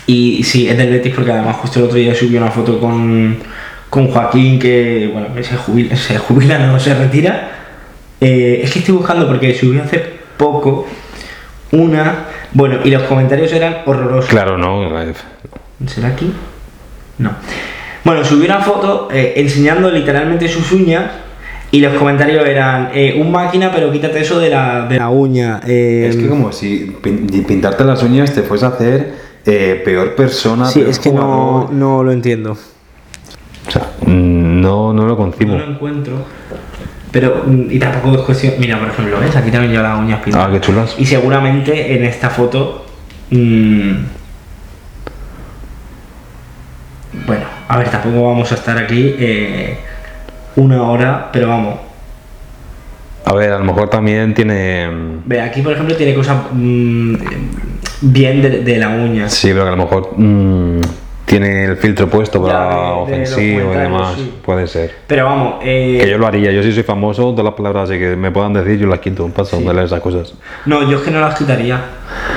Speaker 4: Y sí, es del Betis porque además justo el otro día subió una foto con, con Joaquín que, bueno, que se jubila, se jubila, no se retira. Eh, es que estoy buscando porque subió hace poco una... Bueno, y los comentarios eran horrorosos.
Speaker 3: Claro, no. eh,
Speaker 4: ¿Será aquí? No. Bueno, subí una foto eh, enseñando literalmente sus uñas y los comentarios eran eh, un máquina, pero quítate eso de la, de la uña. eh,
Speaker 2: Es que como si pin- pintarte las uñas te fuese a hacer eh, peor persona.
Speaker 1: Sí,
Speaker 2: peor
Speaker 1: es que no,
Speaker 2: jugador.
Speaker 1: no lo entiendo.
Speaker 3: o sea, mm, no, no lo
Speaker 4: No
Speaker 3: concibo.
Speaker 4: lo encuentro. Pero, mm, y tampoco es cuestión. Mira, por ejemplo, ¿ves? Aquí también lleva las uñas pintadas.
Speaker 3: Ah, qué chulas.
Speaker 4: Y seguramente en esta foto. mm, bueno, a ver, tampoco vamos a estar aquí eh, una hora, pero vamos.
Speaker 3: A ver, a lo mejor también tiene. mm,
Speaker 4: Ve, aquí por ejemplo tiene cosas mm, bien de, de la uña.
Speaker 3: Sí, pero que a lo mejor mm, tiene el filtro puesto
Speaker 4: Ya,
Speaker 3: para
Speaker 4: de- de los
Speaker 3: ofensivo y
Speaker 4: comentarios,
Speaker 3: demás.
Speaker 4: sí.
Speaker 3: Puede ser.
Speaker 4: Pero vamos, eh,
Speaker 3: Que yo lo haría, yo sí soy famoso, todas las palabras así que me puedan decir, yo las quito, un paso de leer esas cosas.
Speaker 4: no, yo es que no las quitaría.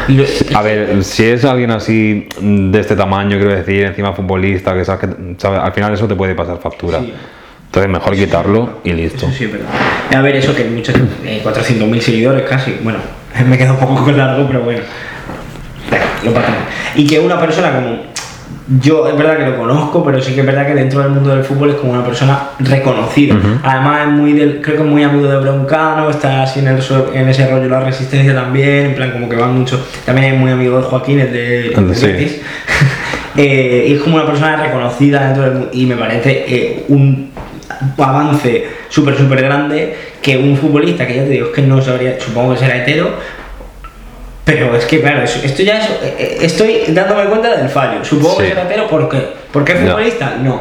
Speaker 4: Lo-
Speaker 3: A ver, si es alguien así mm, de este tamaño, quiero decir, encima futbolista, que sabes que sabes, al final eso te puede pasar factura.
Speaker 4: Sí.
Speaker 3: Entonces mejor quitarlo y listo.
Speaker 4: Eso sí, pero... A ver, eso que hay muchos... eh, 400.000 seguidores casi. Bueno, me quedo un poco con largo, pero bueno. Venga, lo patamos. Y que una persona como... Yo es verdad que lo conozco, pero sí que es verdad que dentro del mundo del fútbol es como una persona reconocida. Además es muy del- creo que es muy amigo de Broncano, está así en, el, so- en ese rollo la resistencia también, en plan como que van mucho. También es muy amigo de Joaquín, es de
Speaker 3: El de- sí.
Speaker 4: Betis. Eh, y es como una persona reconocida dentro del mu- y me parece eh, un avance súper, súper grande que un futbolista que ya te digo, es que no sabría, supongo que será hetero, pero es que claro, es- esto ya es, eh, eh, estoy dándome cuenta del fallo, supongo que
Speaker 3: Sí.
Speaker 4: será hetero, ¿por qué? ¿Porque es
Speaker 3: No.
Speaker 4: futbolista? No.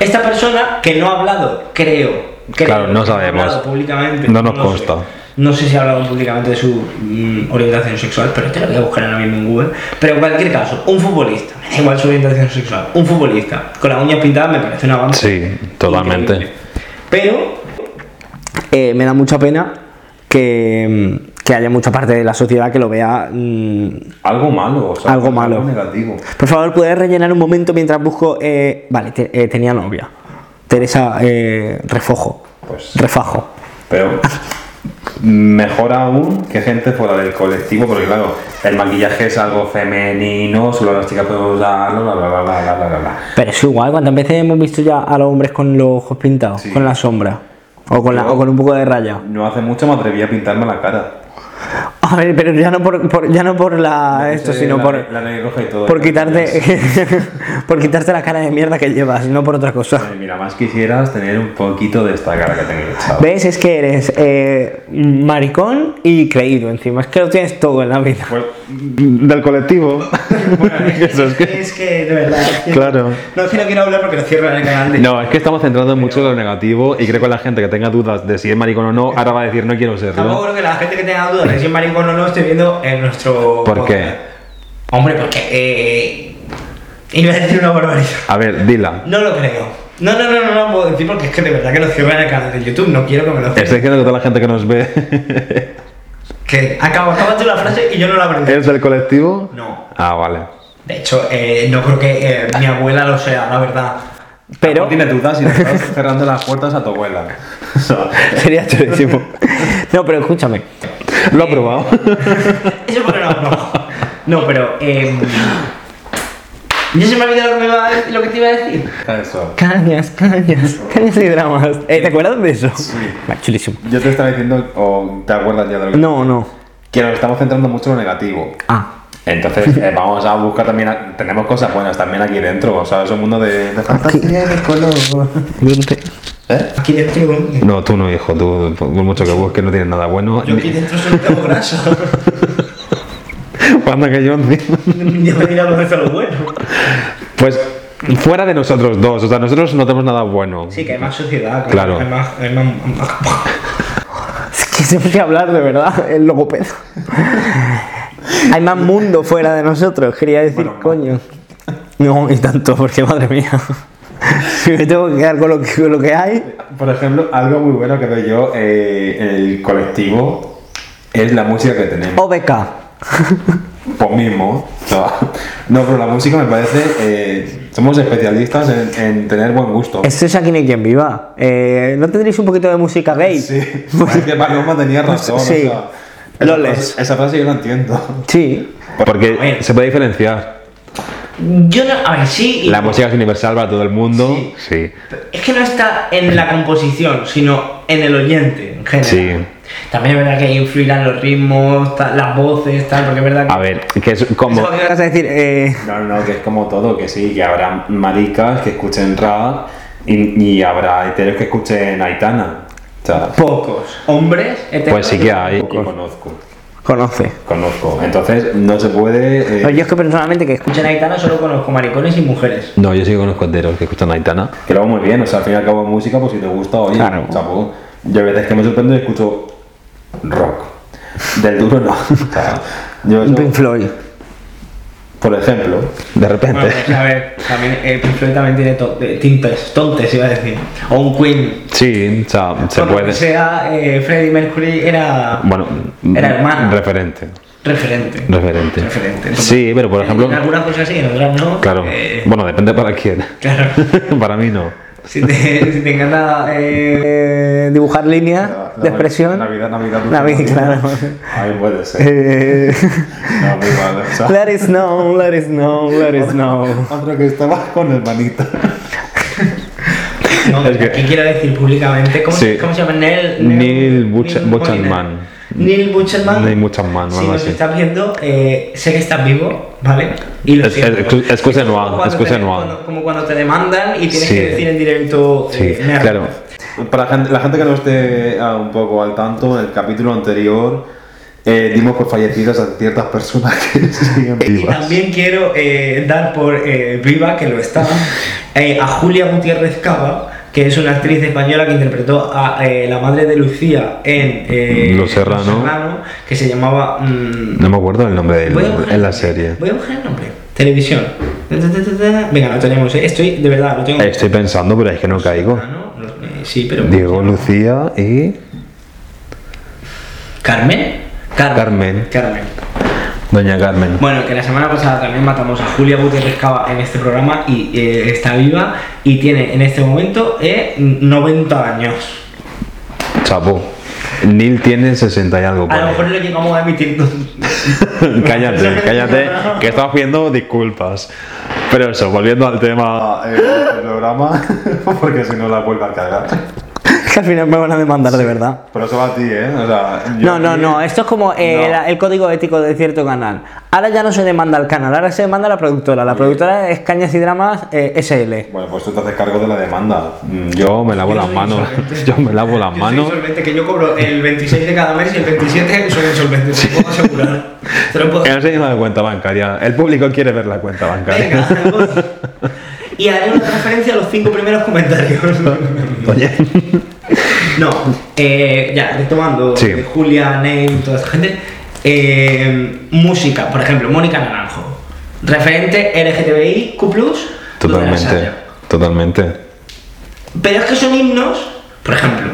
Speaker 4: Esta persona que no ha hablado, creo, creo
Speaker 3: Claro, no
Speaker 4: que ha hablado
Speaker 3: sabemos.
Speaker 4: públicamente,
Speaker 3: No nos
Speaker 4: sé.
Speaker 3: consta.
Speaker 4: No sé si ha hablado públicamente de su mm, orientación sexual, pero te lo voy a buscar ahora mismo en Google. Pero en cualquier caso, un futbolista, me da igual su orientación sexual, un futbolista con las uñas pintadas me parece una banda.
Speaker 3: Sí, totalmente.
Speaker 4: increíble. Pero,
Speaker 1: Eh, me da mucha pena que, mm, que haya mucha parte de la sociedad que lo vea. mm.
Speaker 2: Algo malo, o sea,
Speaker 1: Algo malo.
Speaker 2: negativo.
Speaker 1: Por favor, ¿puedes rellenar un momento mientras busco. eh, vale, te- eh, tenía novia. Teresa eh, Refojo.
Speaker 2: Pues-
Speaker 1: Refajo.
Speaker 2: Pero mejor aún que gente fuera del colectivo, porque claro, el maquillaje es algo femenino, solo las chicas pueden usarlo, bla bla bla bla bla bla. bla, bla.
Speaker 1: Pero es igual, ¿cuántas veces hemos visto ya a los hombres con los ojos pintados?
Speaker 2: Sí.
Speaker 1: Con la sombra. O con, la-
Speaker 2: Yo-
Speaker 1: o con un poco de raya.
Speaker 2: No hace mucho me atreví a pintarme la cara.
Speaker 1: A ver, pero ya no por, por- ya no por la, esto,
Speaker 2: Sí,
Speaker 1: sino
Speaker 2: la-
Speaker 1: por,
Speaker 2: La ley roja y todo.
Speaker 1: por, quitarte, por quitarte la cara de mierda que llevas, no por otra cosa.
Speaker 2: Ay, Mira, más quisieras tener un poquito de esta cara que tengo, chaval.
Speaker 1: ¿Ves? Es que eres eh, maricón y creído encima. Es que lo tienes todo en la vida.
Speaker 2: Pues,
Speaker 3: Del colectivo. Eso es que-
Speaker 4: es que de verdad. es que-
Speaker 3: Claro.
Speaker 4: No, es que no quiero hablar porque lo cierro en el canal de.
Speaker 3: No, es que estamos centrando mucho en lo negativo y creo que la gente que tenga dudas de si es maricón o no, ahora va a decir no quiero
Speaker 4: Tampoco
Speaker 3: serlo.
Speaker 4: creo que la gente que tenga dudas de si es maricón o no esté viendo en nuestro.
Speaker 3: ¿Por qué?
Speaker 4: podcast. Hombre, porque. Eh, iba a decir una barbaridad.
Speaker 3: A ver, dila.
Speaker 4: No lo creo. No, no, no, no, no puedo decir porque es que de verdad que lo cierran en el canal de YouTube. No quiero que me lo
Speaker 3: Estoy
Speaker 4: cierren.
Speaker 3: diciendo que toda la gente que nos ve
Speaker 4: Que acaba, acaba tú la frase y yo no la aprendí.
Speaker 3: es del colectivo.
Speaker 4: No.
Speaker 3: Ah, vale.
Speaker 4: De hecho, eh, no creo que eh, mi abuela lo sea, la verdad.
Speaker 1: Pero
Speaker 2: Tiene dudas y le estás cerrando las puertas a tu abuela. O sea,
Speaker 1: sería chulísimo. No, pero escúchame.
Speaker 3: Lo he probado.
Speaker 4: Eso porque no, no. No, pero. Eh, ya se me ha olvidado lo que, me iba a- lo que te iba a decir.
Speaker 2: eso.
Speaker 1: Cañas, cañas, cañas y dramas. Eh, ¿Te acuerdas de eso? Va, chulísimo.
Speaker 2: Yo te estaba diciendo, o te acuerdas ya de lo que...
Speaker 1: No, no.
Speaker 2: Que nos estamos centrando mucho en lo negativo.
Speaker 1: Ah,
Speaker 2: Entonces, eh, vamos a buscar también. a- tenemos cosas buenas también aquí dentro. O sea, es un mundo de, de fantasía de color.
Speaker 1: yo no te-
Speaker 2: ¿Eh?
Speaker 4: Aquí dentro.
Speaker 3: No, tú no, hijo, tú, por mucho que busques, no tienes nada bueno.
Speaker 4: Yo aquí dentro solo tengo grasa.
Speaker 3: Cuando que yo encima.
Speaker 4: ya me dirá dónde está lo bueno.
Speaker 3: Pues fuera de nosotros dos, o sea, nosotros no tenemos nada bueno.
Speaker 4: Sí, que hay más sociedad. que
Speaker 3: Claro.
Speaker 4: Hay más. Hay más...
Speaker 1: Es que se puede hablar de verdad, el logopedo. Hay más mundo fuera de nosotros, quería decir, coño. No, y tanto, porque madre mía. Si me tengo que quedar con lo que, con lo que hay.
Speaker 2: Por ejemplo, algo muy bueno que veo yo eh, en el colectivo es la música que tenemos.
Speaker 1: OBK.
Speaker 2: Pues mismo. o sea, no, pero la música me parece. eh, somos especialistas en, en tener buen gusto.
Speaker 1: Esto es aquí ni quien viva. Eh, ¿No tendréis un poquito de música gay?
Speaker 2: Sí. Es que Paloma tenía razón.
Speaker 1: Sí.
Speaker 2: O sea, esa
Speaker 1: Loles.
Speaker 2: frase- esa frase yo no entiendo.
Speaker 1: Sí.
Speaker 3: Porque
Speaker 4: A ver.
Speaker 3: se puede diferenciar.
Speaker 4: Yo no. A ver, sí. y
Speaker 3: La música es universal para todo el mundo. Sí.
Speaker 4: Es que no está en la composición, sino en el oyente, en general.
Speaker 3: Sí.
Speaker 4: También es verdad que influirán los ritmos, ta- las voces, tal, porque es verdad que.
Speaker 3: A ver, que es
Speaker 4: Eso
Speaker 3: como.
Speaker 4: es lo
Speaker 1: ¿Qué
Speaker 4: que-
Speaker 1: vas a decir? Eh,
Speaker 2: No, no, no, que es como todo, que sí, que habrá maricas que escuchen rap y, y habrá heteros que escuchen Aitana. O sea,
Speaker 4: Pocos. Hombres, heteros-
Speaker 3: Pues sí que hay.
Speaker 2: y conozco,
Speaker 1: conoce.
Speaker 2: conozco. Entonces no se puede... eh,
Speaker 1: Pero yo es que personalmente que escucho.
Speaker 4: Escuchan a Aitana solo conozco maricones y mujeres.
Speaker 3: No, yo sí que conozco enteros que escuchan Aitana.
Speaker 2: que lo hago muy bien, o sea, al fin y al cabo música, pues si te gusta, oye,
Speaker 1: Claro.
Speaker 2: chapó. Yo a veces que me sorprendo y escucho rock. Del duro no. O sea, yo eso,
Speaker 1: Pink Floyd.
Speaker 2: por ejemplo,
Speaker 3: De repente.
Speaker 4: Bueno, pues, a ver, también eh, Pink Floyd también tiene to- eh, tintes, tontes iba a decir. O un Queen.
Speaker 2: pues,
Speaker 3: Sí, o sea, se
Speaker 4: Por lo que
Speaker 3: puede.
Speaker 4: sea, eh, Freddie Mercury era.
Speaker 3: Bueno,
Speaker 4: Era hermano.
Speaker 3: Referente.
Speaker 4: referente.
Speaker 3: Referente.
Speaker 4: Referente. eh,
Speaker 3: Sí, pero por ejemplo.
Speaker 4: En algunas cosas sí, en otras no.
Speaker 3: Claro.
Speaker 4: Eh,
Speaker 3: Bueno, depende para quién.
Speaker 4: Claro.
Speaker 3: para mí no.
Speaker 4: Si te, si te encanta. eh,
Speaker 1: Eh, dibujar líneas
Speaker 2: La- la-
Speaker 1: de expresión.
Speaker 2: Navidad, Navidad,
Speaker 1: Navidad,
Speaker 2: Navidad.
Speaker 1: claro.
Speaker 2: ahí puede ser.
Speaker 1: Eh,
Speaker 2: No, muy mal, o sea,
Speaker 1: let it snow, let it snow, let it snow.
Speaker 2: Otro que estaba con el manito.
Speaker 4: No,
Speaker 3: Es que-
Speaker 4: aquí quiero decir públicamente. ¿Cómo,
Speaker 3: Sí.
Speaker 4: ¿cómo se llama? Neil,
Speaker 3: Neil Bucha- Buchanman.
Speaker 4: Neil Buchanman.
Speaker 3: Neil Buchanman, o
Speaker 4: Si
Speaker 3: algo
Speaker 4: nos
Speaker 3: así.
Speaker 4: estás viendo, eh, sé que estás vivo, ¿vale? Y lo
Speaker 3: Es-
Speaker 4: siento.
Speaker 3: es- excu- excusa
Speaker 4: Es como
Speaker 3: anual,
Speaker 4: cuando
Speaker 3: excusa
Speaker 4: te-
Speaker 3: anual.
Speaker 4: cuando- Como cuando te demandan y tienes
Speaker 3: Sí.
Speaker 4: que decir en directo.
Speaker 3: Sí,
Speaker 4: eh, mierda.
Speaker 3: claro.
Speaker 2: Para la gente, la gente que no esté ah, un poco al tanto, en el capítulo anterior eh, dimos por fallecidas a ciertas personas que siguen
Speaker 4: Y
Speaker 2: vivas.
Speaker 4: también quiero eh, dar por eh, viva, que lo está, eh, a Julia Gutiérrez Cava, que es una actriz española que interpretó a eh, la madre de Lucía en eh,
Speaker 3: Los Serrano.
Speaker 4: que se llamaba... mm,
Speaker 3: No me acuerdo el nombre de
Speaker 4: voy a buscar
Speaker 3: él
Speaker 4: el
Speaker 3: en la
Speaker 4: nombre,
Speaker 3: serie.
Speaker 4: Voy a buscar el nombre. Televisión. Ta, ta, ta, ta, ta. Venga, lo tenemos. eh. Estoy, de verdad, lo tengo.
Speaker 3: Estoy pensando, pero es que no caigo.
Speaker 4: Serrano, los- eh, sí, pero...
Speaker 3: Diego, Lucía y.
Speaker 4: ¿Carmen?
Speaker 3: Carmen.
Speaker 4: Carmen.
Speaker 3: Doña Carmen.
Speaker 4: Bueno, que la semana pasada también matamos a Julia Gutiérrez Cava en este programa y eh, está viva y tiene en este momento eh, 90 años.
Speaker 3: Chapo. Neil tiene 60 y algo.
Speaker 4: A
Speaker 3: por
Speaker 4: lo
Speaker 3: ahí.
Speaker 4: mejor lo llegamos a emitir.
Speaker 3: cállate, cállate, que estamos pidiendo disculpas. Pero eso, volviendo al tema.
Speaker 2: Ah, eh, el programa, porque si no la vuelvo a cagar.
Speaker 1: Que al final me van a demandar de verdad.
Speaker 2: Pero eso va a ti, ¿eh? O sea, yo
Speaker 1: No, no,
Speaker 2: aquí-
Speaker 1: no, esto es como eh,
Speaker 2: No.
Speaker 1: la- el código ético de cierto canal. Ahora ya no se demanda el canal, ahora se demanda la productora. La productora es Cañas y Dramas eh, SL.
Speaker 2: Bueno, pues tú te haces cargo de la demanda. Mm, Yo
Speaker 3: Yo me lavo
Speaker 4: Yo
Speaker 3: las
Speaker 4: soy
Speaker 3: manos.
Speaker 4: insolvente.
Speaker 3: Yo me lavo las manos.
Speaker 4: que yo cobro el 26 de cada mes y el 27 soy insolvente, te lo puedo asegurar. Te lo puedo-
Speaker 3: Él se llama de cuenta bancaria. El público quiere ver la cuenta bancaria.
Speaker 4: Venga, voy. y haré una referencia a los cinco primeros comentarios.
Speaker 3: Oye,
Speaker 4: No, eh, ya, retomando
Speaker 3: Sí.
Speaker 4: eh, Julia, Neil, toda esta gente. eh, música, por ejemplo, Mónica Naranjo. Referente LGTBIQ, lo de la
Speaker 3: totalmente.
Speaker 4: Sasha.
Speaker 3: Totalmente.
Speaker 4: Pero es que son himnos, por ejemplo,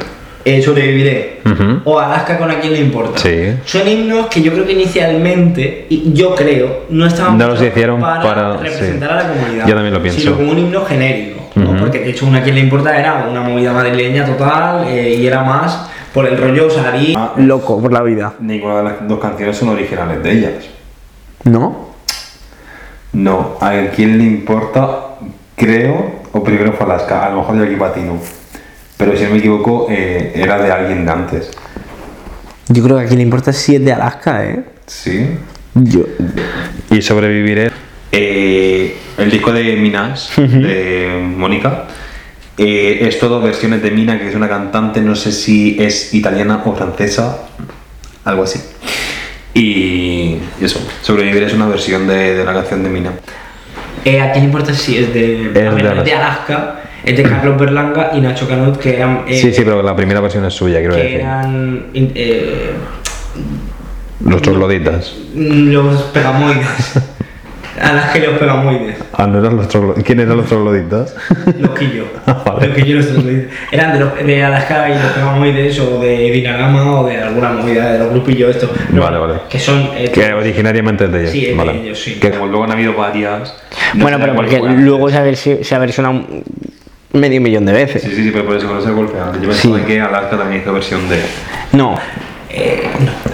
Speaker 4: eh, sobreviviré.
Speaker 3: Ujú.
Speaker 4: O Alaska con a quién le importa.
Speaker 3: Sí.
Speaker 4: Son himnos que yo creo que inicialmente, y yo creo, no estaban
Speaker 3: No los
Speaker 4: pensados
Speaker 3: hicieron
Speaker 4: para,
Speaker 3: para-
Speaker 4: representar
Speaker 3: sí.
Speaker 4: a la comunidad.
Speaker 3: Yo también lo pienso.
Speaker 4: Sino como un himno genérico. ¿no?
Speaker 3: Ujú.
Speaker 4: Porque de hecho, una a quién le importa era una movida madrileña total eh, y era más por el rollo saharí.
Speaker 1: Ah, Loco por la vida.
Speaker 2: Ninguna de las dos canciones son originales de ellas.
Speaker 1: ¿No?
Speaker 2: No, a quién le importa, creo, o primero fue Alaska, a lo mejor yo aquí patino. Pero si no me equivoco, eh, era de alguien de antes.
Speaker 1: Yo creo que aquí le importa si es de Alaska, ¿eh?
Speaker 2: ¿Sí?
Speaker 1: Yo.
Speaker 3: Y sobreviviré.
Speaker 2: Eh, el disco de Minas, de Mónica, eh, es todo versiones de Mina, que es una cantante, no sé si es italiana o francesa, algo así. Y eso, sobrevivir es una versión de, de una canción de Mina.
Speaker 4: Eh, ¿A quién le importa si es de,
Speaker 3: de
Speaker 4: a ver,
Speaker 3: Alaska.
Speaker 4: de Alaska? Es de Carlos Berlanga y Nacho Canut, que eran. eh,
Speaker 3: sí, sí, pero la primera versión es suya, quiero
Speaker 4: que
Speaker 3: decir.
Speaker 4: eran in- eh,
Speaker 3: Los trogloditas.
Speaker 4: los pegamoides. A las que los pegamoides.
Speaker 3: Ah, no eran los trogloditas. ¿Quién eran los trogloditas?
Speaker 4: Loquillo.
Speaker 3: Ah, vale.
Speaker 4: Loquillo los pegamoides. Eran de, los, de Alaska y los pegamoides o de Dinarama o de alguna movida de los grupillos estos. No,
Speaker 3: Vale, vale.
Speaker 4: Que son. eh,
Speaker 3: que originariamente es de ellos.
Speaker 4: Sí, es de
Speaker 3: vale.
Speaker 4: ellos, sí.
Speaker 2: Que como luego han habido varias. no
Speaker 1: bueno,
Speaker 2: sé
Speaker 1: pero
Speaker 2: cuál
Speaker 1: porque
Speaker 2: fue.
Speaker 1: luego se ha, versi- se ha versionado un- medio millón de veces.
Speaker 2: Sí, sí, sí, pero por eso no se golpea. Yo pensaba que Alaska también hizo versión de.
Speaker 1: No.
Speaker 4: Eh, no.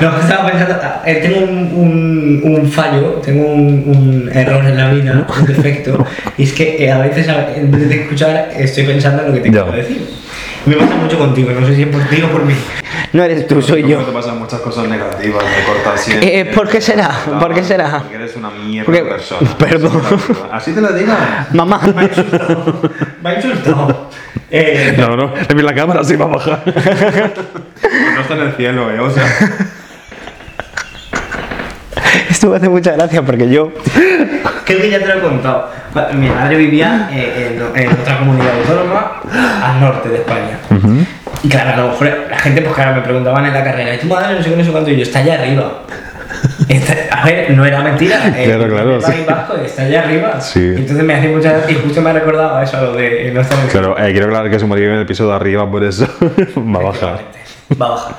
Speaker 4: No, estaba pensando. ah, eh, tengo un, un, un fallo, tengo un, un error en la vida, un defecto. Y es que eh, a veces, a- en vez de escuchar, estoy pensando en lo que te
Speaker 3: Ya.
Speaker 4: quiero decir. Me pasa mucho contigo, no sé si es por ti o por mí.
Speaker 1: No eres tú, soy
Speaker 2: Te
Speaker 1: yo.
Speaker 2: pasan muchas cosas negativas, me cortas
Speaker 1: Eh, eh, ¿por qué será? ¿Por qué será?
Speaker 2: Porque eres una mierda
Speaker 1: Porque-
Speaker 2: de persona.
Speaker 1: Perdón.
Speaker 2: Así te la digas.
Speaker 1: Mamá.
Speaker 4: Me ha insultado. Me ha insultado. Eh,
Speaker 3: No, no, no. Es la cámara, sí va a bajar.
Speaker 2: Pues No está en el cielo, eh, o sea.
Speaker 1: Esto me hace mucha gracia porque yo.
Speaker 4: Creo que ya te lo he contado. Mi madre vivía eh, en, o- en otra comunidad autónoma al norte de España. Y claro, a lo mejor la gente, pues claro, me preguntaban en la carrera, ¿y tu madre no sé qué, no sé cuánto? Y yo, está allá arriba. Está- a ver, no era mentira. eh,
Speaker 3: Claro, claro,
Speaker 4: el País
Speaker 3: sí.
Speaker 4: Vasco está allá arriba.
Speaker 3: Sí.
Speaker 4: Y entonces me hace mucha gracia y justo me ha recordado eso, lo de eh, no está en el
Speaker 3: Claro, eh, quiero aclarar que se murió en el piso de arriba, por eso va a bajar.
Speaker 4: Va a bajar.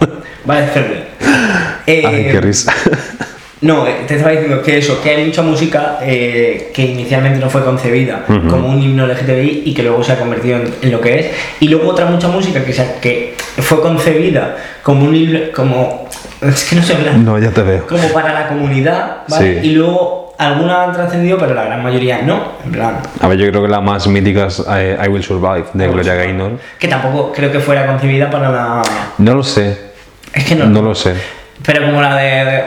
Speaker 4: Vale, Ferrer. Eh,
Speaker 3: Ay, qué risa.
Speaker 4: No, eh, te estaba diciendo que eso, que hay mucha música eh, que inicialmente no fue concebida como un himno LGTBI y que luego se ha convertido en, en lo que es. Y luego otra mucha música que, se ha- que fue concebida como un himno, como... Es que no sé hablar.
Speaker 3: No, ya te veo.
Speaker 4: Como para la comunidad, ¿vale?
Speaker 3: Sí.
Speaker 4: Y luego alguna han trascendido, pero la gran mayoría no. En plan,
Speaker 3: A ver, yo creo que la más mítica es eh, I Will Survive de Gloria Gaynor.
Speaker 4: que tampoco creo que fuera concebida para la...
Speaker 3: No lo sé,
Speaker 4: Es que no.
Speaker 3: no lo sé.
Speaker 4: Pero como la de, de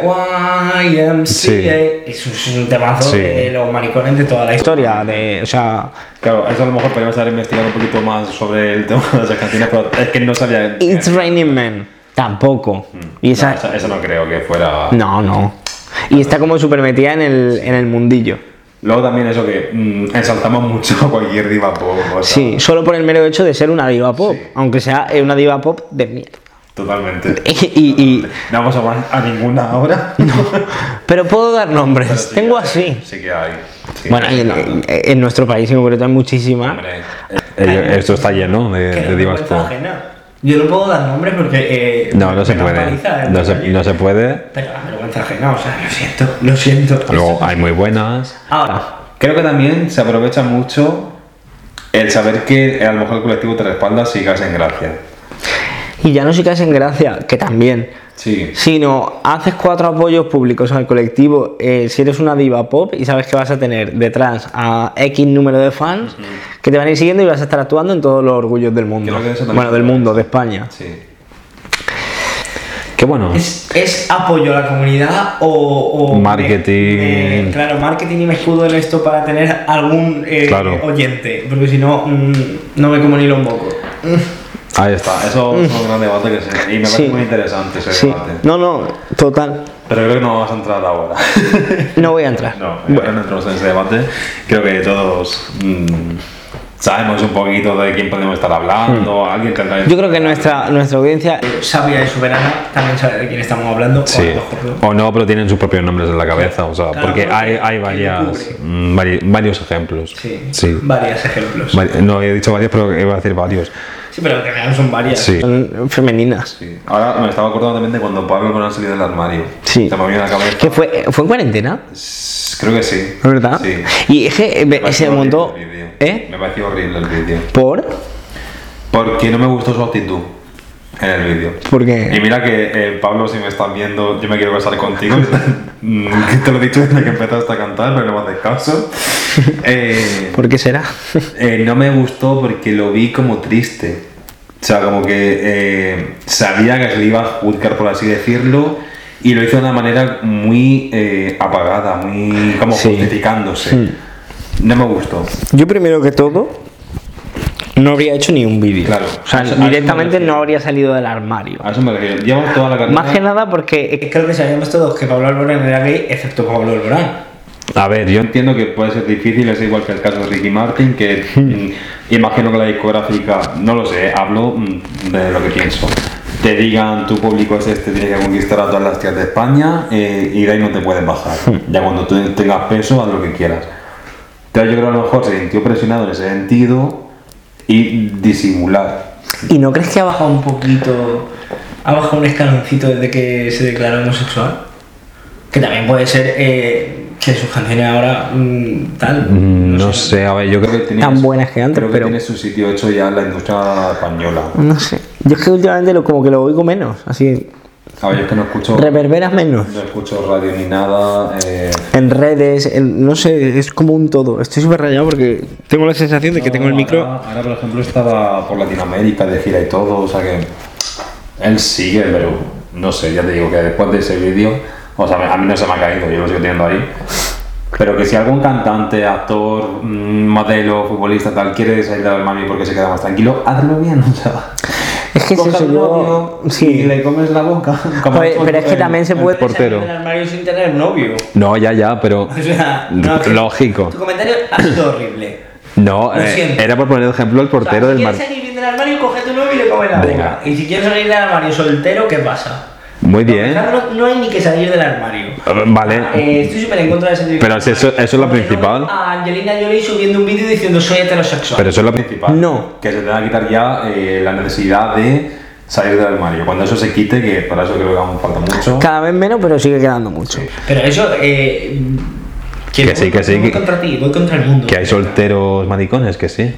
Speaker 4: YMCA,
Speaker 3: Sí.
Speaker 4: eh, es un- es un temazo
Speaker 3: Sí.
Speaker 4: de los maricones de toda la historia.
Speaker 1: Historia de. O sea.
Speaker 2: Claro, eso a lo mejor podríamos haber investigado un poquito más sobre el tema de las canciones, pero es que no sabía.
Speaker 1: It's Raining Men. Tampoco.
Speaker 4: Mm.
Speaker 1: Y esa.
Speaker 2: Eso, eso no creo que fuera.
Speaker 1: No, no. Y está como súper metida en el, en el mundillo.
Speaker 2: Luego también eso que mm, ensalzamos mucho a cualquier diva pop. o sea,
Speaker 1: Sí, solo por el mero hecho de ser una diva pop. Aunque sea eh, una diva pop de mierda.
Speaker 2: Totalmente.
Speaker 1: Y- y-
Speaker 2: No vamos a hablar a ninguna ahora.
Speaker 1: pero puedo dar nombres.
Speaker 4: pues
Speaker 2: Pero sí
Speaker 1: Tengo
Speaker 2: que-
Speaker 1: así.
Speaker 2: Sí que hay. sí
Speaker 1: Bueno,
Speaker 2: que hay,
Speaker 1: en,
Speaker 2: claro.
Speaker 1: en- en nuestro país en concreto hay muchísimas.
Speaker 2: Hombre,
Speaker 3: Eh, esto está lleno de,
Speaker 4: Que
Speaker 3: de
Speaker 4: no
Speaker 3: divas
Speaker 4: vergüenza
Speaker 3: pop.
Speaker 4: ajena. Yo no puedo dar nombres porque... eh,
Speaker 3: No, no se
Speaker 4: me dan paliza
Speaker 3: puede.
Speaker 4: en
Speaker 3: No
Speaker 4: la
Speaker 3: se,
Speaker 4: calle.
Speaker 3: no se puede.
Speaker 4: Pero la vergüenza ajena, o sea, lo siento, lo siento.
Speaker 3: Luego hay muy buenas.
Speaker 4: Ahora,
Speaker 2: Creo que también se aprovecha mucho el saber que a lo mejor el colectivo te respalda si caes en gracia.
Speaker 1: Y ya no se caes en gracia, que también.
Speaker 2: Sí.
Speaker 1: Sino haces cuatro apoyos públicos al colectivo. eh, si eres una diva pop y sabes que vas a tener detrás a X número de fans que te van a ir siguiendo y vas a estar actuando en todos los orgullos del mundo.
Speaker 2: Creo que eso también
Speaker 1: Bueno, del
Speaker 2: es.
Speaker 1: mundo, de España.
Speaker 2: Sí.
Speaker 3: Qué bueno.
Speaker 4: ¿es, es apoyo a la comunidad o... o me-
Speaker 3: Marketing.
Speaker 4: me- claro, marketing y me escudo en esto para tener algún eh,
Speaker 3: Claro.
Speaker 4: oyente, porque si no, mm, no me como ni lo un poco.
Speaker 3: Ahí está.
Speaker 2: Eso es un gran debate que se. Y me parece
Speaker 1: Mm. Sí.
Speaker 2: muy interesante ese
Speaker 1: Sí.
Speaker 2: debate.
Speaker 1: No, no, total.
Speaker 2: Pero creo que no vamos a entrar ahora.
Speaker 1: No voy a entrar.
Speaker 2: no, ahora no entramos en ese debate. Creo que todos mm, sabemos un poquito de quién podemos estar hablando. Alguien tendrá.
Speaker 1: Mm. Yo creo que nuestra, nuestra audiencia.
Speaker 4: Sabia y soberana también sabe de quién estamos hablando.
Speaker 3: Sí.
Speaker 4: O a lo mejor no.
Speaker 3: O no, pero tienen sus propios nombres en la cabeza. O sea,
Speaker 4: Claro,
Speaker 3: porque
Speaker 4: porque
Speaker 3: hay, hay
Speaker 4: lo
Speaker 3: varias,
Speaker 4: cubre.
Speaker 3: mm, vari- varios ejemplos.
Speaker 4: Sí.
Speaker 3: Sí.
Speaker 4: Varios ejemplos.
Speaker 3: Vari- No, he dicho varios, pero iba a decir varios.
Speaker 4: Sí, pero que general son varias.
Speaker 3: Sí.
Speaker 1: Son femeninas.
Speaker 2: Sí. Ahora me estaba acordando también de cuando Pablo Conan salió del armario.
Speaker 1: Sí.
Speaker 2: Se me vino a la cabeza.
Speaker 1: ¿Qué fue? ¿Fue en cuarentena?
Speaker 2: S- Creo que sí.
Speaker 1: ¿Verdad?
Speaker 2: Sí.
Speaker 1: Y es que eh,
Speaker 2: Me pareció
Speaker 1: se
Speaker 2: horrible
Speaker 1: montó.
Speaker 2: el vídeo.
Speaker 1: ¿Eh?
Speaker 2: Me pareció horrible el vídeo.
Speaker 1: ¿Por?
Speaker 2: Porque no me gustó su actitud en el vídeo. Y
Speaker 1: Porque.
Speaker 2: mira que, eh, Pablo, si me están viendo, yo me quiero casar contigo. Mm, que te lo he dicho desde que empezaste a cantar, pero no me haces caso. Eh,
Speaker 1: ¿Por qué será?
Speaker 2: eh, no me gustó porque lo vi como triste. O sea, como que eh, sabía que se le iba a juzgar, por así decirlo, y lo hizo de una manera muy eh, apagada, muy como
Speaker 1: Sí. Hmm.
Speaker 2: justificándose. No me gustó.
Speaker 1: Yo primero que todo. No habría hecho ni un vídeo.
Speaker 2: Claro.
Speaker 1: O sea,
Speaker 2: A eso- a eso
Speaker 1: directamente
Speaker 2: me refiero.
Speaker 1: no habría salido del armario.
Speaker 2: A eso me refiero. Llevamos toda la carrera.
Speaker 1: Más que nada porque
Speaker 4: Es que Creo que sabíamos todos que Pablo Alborán era gay, excepto Pablo Alborán.
Speaker 3: A ver, yo
Speaker 2: Yo entiendo que puede ser difícil, es igual que el caso de Ricky Martin, que
Speaker 3: Hmm.
Speaker 2: mm, imagino que la discográfica, no lo sé, hablo mm, de lo que pienso. Te digan, tu público es este, tienes que conquistar a todas las tías de España eh, y de ahí no te puedes bajar.
Speaker 3: Hmm.
Speaker 2: Ya cuando tú tengas peso, haz lo que quieras. Entonces yo creo que a lo mejor se sintió presionado en ese sentido y disimular.
Speaker 1: ¿Y no crees que ha bajado?
Speaker 4: un poquito. Ha bajado un escaloncito desde que se declaró homosexual. Que también puede ser eh, que sus canciones ahora mm, tal.
Speaker 3: mm, no sé, a ver, yo creo
Speaker 2: Creo
Speaker 3: que
Speaker 2: que tiene
Speaker 1: Tan
Speaker 2: su-
Speaker 1: buenas que antes,
Speaker 2: creo
Speaker 1: pero-
Speaker 2: tiene su sitio hecho ya en la industria española.
Speaker 1: No sé. Yo es que últimamente lo, como que lo oigo menos. Así.
Speaker 2: A ver, yo es que no escucho,
Speaker 1: Reverberas menos.
Speaker 2: no escucho radio ni nada. eh,
Speaker 1: En redes, en- no sé, es como un todo. Estoy súper rayado porque tengo la sensación de que tengo el micro.
Speaker 2: Ahora, ahora, por ejemplo, estaba por Latinoamérica de gira y todo, o sea que él sigue, pero no sé, ya te digo que después de ese vídeo, o sea, a mí no se me ha caído, yo lo sigo teniendo ahí. Pero que si algún cantante, actor, mm, modelo, futbolista, tal, quiere salir del mami porque se queda más tranquilo, hazlo bien, o sea.
Speaker 1: Es que es
Speaker 2: coge
Speaker 1: eso,
Speaker 2: el
Speaker 1: yo-
Speaker 2: novio
Speaker 1: sí.
Speaker 2: Y le comes la boca. como
Speaker 1: Joder,
Speaker 2: ha hecho
Speaker 1: pero es que
Speaker 2: el-
Speaker 1: también se
Speaker 2: el-
Speaker 1: puede.
Speaker 3: portero.
Speaker 4: Salir del armario sin tener novio.
Speaker 3: No, ya, ya, pero.
Speaker 4: O sea, no, es que-
Speaker 3: Lógico.
Speaker 4: Tu comentario ha sido horrible.
Speaker 3: No,
Speaker 4: Lo
Speaker 3: eh,
Speaker 4: siento.
Speaker 3: era por poner de ejemplo el portero
Speaker 4: O sea,
Speaker 3: del
Speaker 4: si quieres
Speaker 3: mar.
Speaker 4: salir bien del armario, coge tu novio y le come la
Speaker 3: Venga.
Speaker 4: boca. Y si quieres salir del armario soltero, ¿qué pasa?
Speaker 3: Muy bien.
Speaker 4: Para empezar, No, no hay ni que salir del armario.
Speaker 3: Vale.
Speaker 4: Eh, estoy súper en contra de salir
Speaker 3: Pero
Speaker 4: del
Speaker 3: si eso-
Speaker 4: armario.
Speaker 3: eso es lo
Speaker 4: Como que no
Speaker 3: principal.
Speaker 4: veo A Angelina Jolie subiendo un vídeo diciendo soy heterosexual.
Speaker 3: Pero eso es lo
Speaker 2: principal.
Speaker 1: No.
Speaker 2: Que se tenga que quitar ya eh, la necesidad de salir del armario. Cuando eso se quite, que para eso creo que aún falta mucho.
Speaker 1: Cada vez menos, pero sigue quedando mucho.
Speaker 4: Pero eso, eh.
Speaker 3: Que sí, que sí,
Speaker 4: Voy
Speaker 3: que-
Speaker 4: contra ti, voy contra el mundo.
Speaker 3: Que hay solteros maricones, que sí.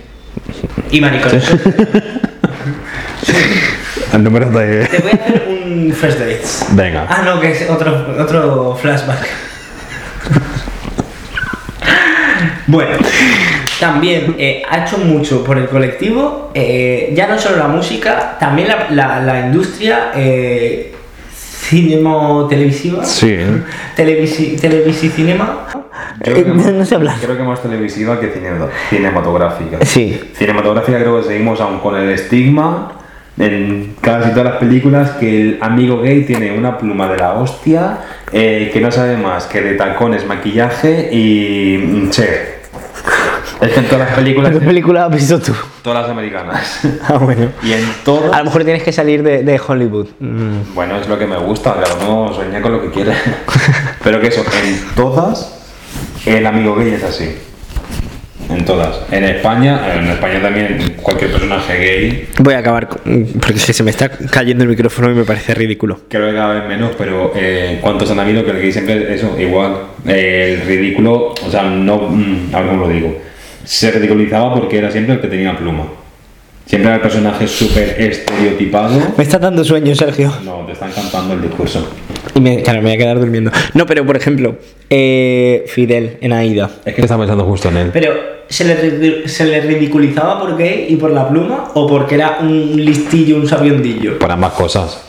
Speaker 4: Y maricones.
Speaker 3: El número de.
Speaker 4: Te voy a hacer un Fresh Dates.
Speaker 3: Venga.
Speaker 4: Ah, no, que es otro, otro flashback. bueno, también eh, ha hecho mucho por el colectivo. eh, ya no solo la música, también la, la- la industria eh, cinemo-televisiva.
Speaker 3: Sí.
Speaker 4: Televisi, televisi cinema.
Speaker 2: Yo
Speaker 1: Eh,
Speaker 2: creo que-
Speaker 1: no sé hablar.
Speaker 2: Creo que más televisiva que cine- cinematográfica.
Speaker 1: Sí.
Speaker 2: Cinematográfica creo que seguimos aún con el estigma en casi todas las películas que el amigo gay tiene una pluma de la hostia eh, que no sabe más que de tacones, maquillaje y mm, che. Es que en todas las películas,
Speaker 1: ¿Pero ¿Qué película has visto tú?
Speaker 2: todas las americanas.
Speaker 1: Ah, bueno.
Speaker 2: Y en
Speaker 1: A
Speaker 2: todas...
Speaker 1: lo mejor tienes que salir de, de Hollywood. Mm.
Speaker 2: Bueno, es lo que me gusta, cada uno sueña con lo que quiere. Pero que eso, en todas, el amigo gay es así. En todas. En España, en España también cualquier personaje gay,
Speaker 1: Voy a acabar con- porque es que se me está cayendo el micrófono y me parece ridículo.
Speaker 2: creo que cada vez menos, pero eh, ¿cuántos han habido que el gay siempre es eso, igual? Eh, el ridículo, o sea, no, mm, a ver cómo lo digo, se ridiculizaba porque era siempre el que tenía pluma. Siempre era el personaje súper estereotipado.
Speaker 1: Me está dando sueño, Sergio.
Speaker 2: No, te están cantando el discurso.
Speaker 1: Y me, claro, me voy a quedar durmiendo. No, pero por ejemplo, eh, Fidel en Aida.
Speaker 3: Es que estaba pensando justo en él.
Speaker 4: Pero, ¿se le, ridicu- ¿se le ridiculizaba por gay y por la pluma? ¿O porque era un listillo, un sabiondillo?
Speaker 3: Para ambas cosas.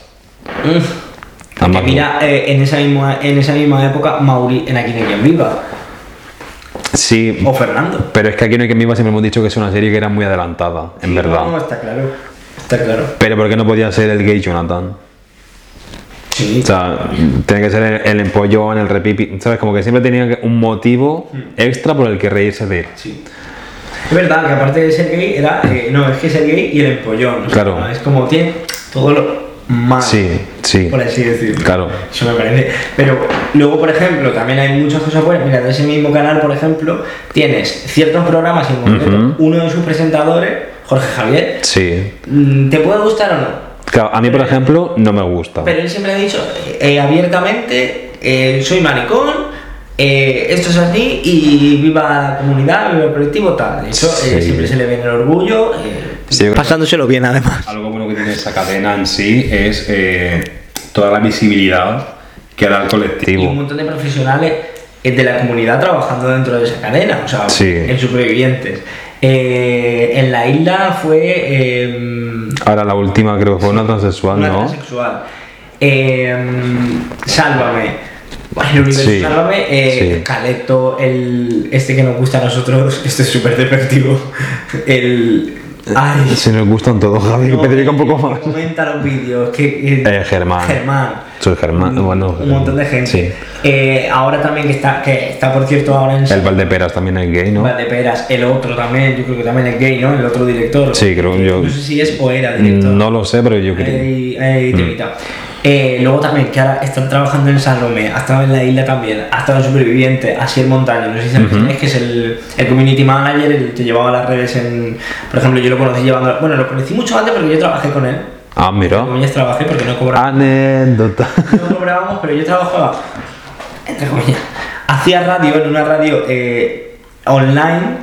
Speaker 4: Que
Speaker 3: Ambas
Speaker 4: mira, eh, en, esa misma, en esa misma época, Mauri en Aquí no hay quien viva.
Speaker 3: cosas. Sí.
Speaker 4: O Fernando.
Speaker 3: Pero es que aquí no hay que misma siempre hemos dicho que es una serie que era muy adelantada, en
Speaker 4: No,
Speaker 3: verdad.
Speaker 4: está claro. Está claro.
Speaker 3: Pero ¿por qué no podía ser el gay Jonathan?
Speaker 4: Sí.
Speaker 3: O sea, tiene que ser el, el empollón, el repipi. ¿Sabes? Como que siempre tenía que- un motivo
Speaker 4: Hmm.
Speaker 3: extra por el que reírse de él.
Speaker 4: sí. Es verdad que aparte de ser gay, era. eh, no, es que ser gay y el empollón. o sea,
Speaker 3: Claro.
Speaker 4: Es como tiene todo lo malo.
Speaker 3: Sí, sí.
Speaker 4: Ah. Por así decirlo.
Speaker 3: Claro.
Speaker 4: Eso me parece. Pero luego, por ejemplo, también hay muchas cosas buenas. Mira, de ese mismo canal, por ejemplo, tienes ciertos programas en concreto.
Speaker 3: Ujú.
Speaker 4: Uno de sus presentadores, Jorge Javier,
Speaker 3: Sí.
Speaker 4: mm, ¿te puede gustar o no?
Speaker 3: Claro, a mí, por ejemplo, no me gusta.
Speaker 4: Eh, Pero él siempre ha dicho eh, abiertamente, eh, soy maricón, eh, esto es así y viva la comunidad, viva el colectivo, tal. Eso eh,
Speaker 3: Sí.
Speaker 4: siempre se le viene el orgullo. eh,
Speaker 3: Sí, yo creo que
Speaker 1: Pasándoselo bien, además.
Speaker 2: Algo bueno que tiene esa cadena en sí es eh, toda la visibilidad que da al
Speaker 4: y un
Speaker 2: colectivo.
Speaker 4: montón de profesionales eh, de la comunidad trabajando dentro de esa cadena, o sea,
Speaker 3: Sí.
Speaker 4: en supervivientes. Eh, en la isla fue eh,
Speaker 3: Ahora la última creo que fue una transexual,
Speaker 4: una
Speaker 3: Ah, ¿no?
Speaker 4: transexual. Eh, sálvame. El universo
Speaker 3: Sí,
Speaker 4: Sálvame, eh,
Speaker 3: sí.
Speaker 4: Caleto, el, este que nos gusta a nosotros, esto es súper despectivo. El. Ay,
Speaker 3: Si nos gustan todos, Javi,
Speaker 4: no, eh,
Speaker 3: especifica un
Speaker 4: el
Speaker 3: poco
Speaker 4: que
Speaker 3: más.
Speaker 4: Comenta los vídeos. Que, eh,
Speaker 3: Eh, Germán.
Speaker 4: Germán.
Speaker 3: Soy Germán,
Speaker 4: Un-
Speaker 3: bueno,
Speaker 4: Un montón de gente.
Speaker 3: sí.
Speaker 4: Eh, ahora también que está, que está por cierto ahora en
Speaker 3: El Valdeperas también es gay, ¿no?
Speaker 4: Valdeperas, el otro también, yo creo que también es gay, ¿no? El otro director.
Speaker 3: Sí, creo que yo.
Speaker 4: No sé si es o era director. Eh,
Speaker 3: No lo Mm. sé, pero yo creo.
Speaker 4: Ahí, ahí te invita. Eh, luego también, que ahora están trabajando en Salomé, ha estado en la isla también, ha estado en Superviviente, así el montaño, no sé si sabes quién es, que es el, el community manager, el que llevaba las redes en. Por ejemplo, yo lo conocí llevando. Bueno, lo conocí mucho antes porque yo trabajé con él.
Speaker 3: Ah, mira.
Speaker 4: Como ya trabajé porque no cobraba
Speaker 3: Anécdota.
Speaker 4: no cobrábamos, pero yo trabajaba, entre comillas, hacía radio en una radio eh, online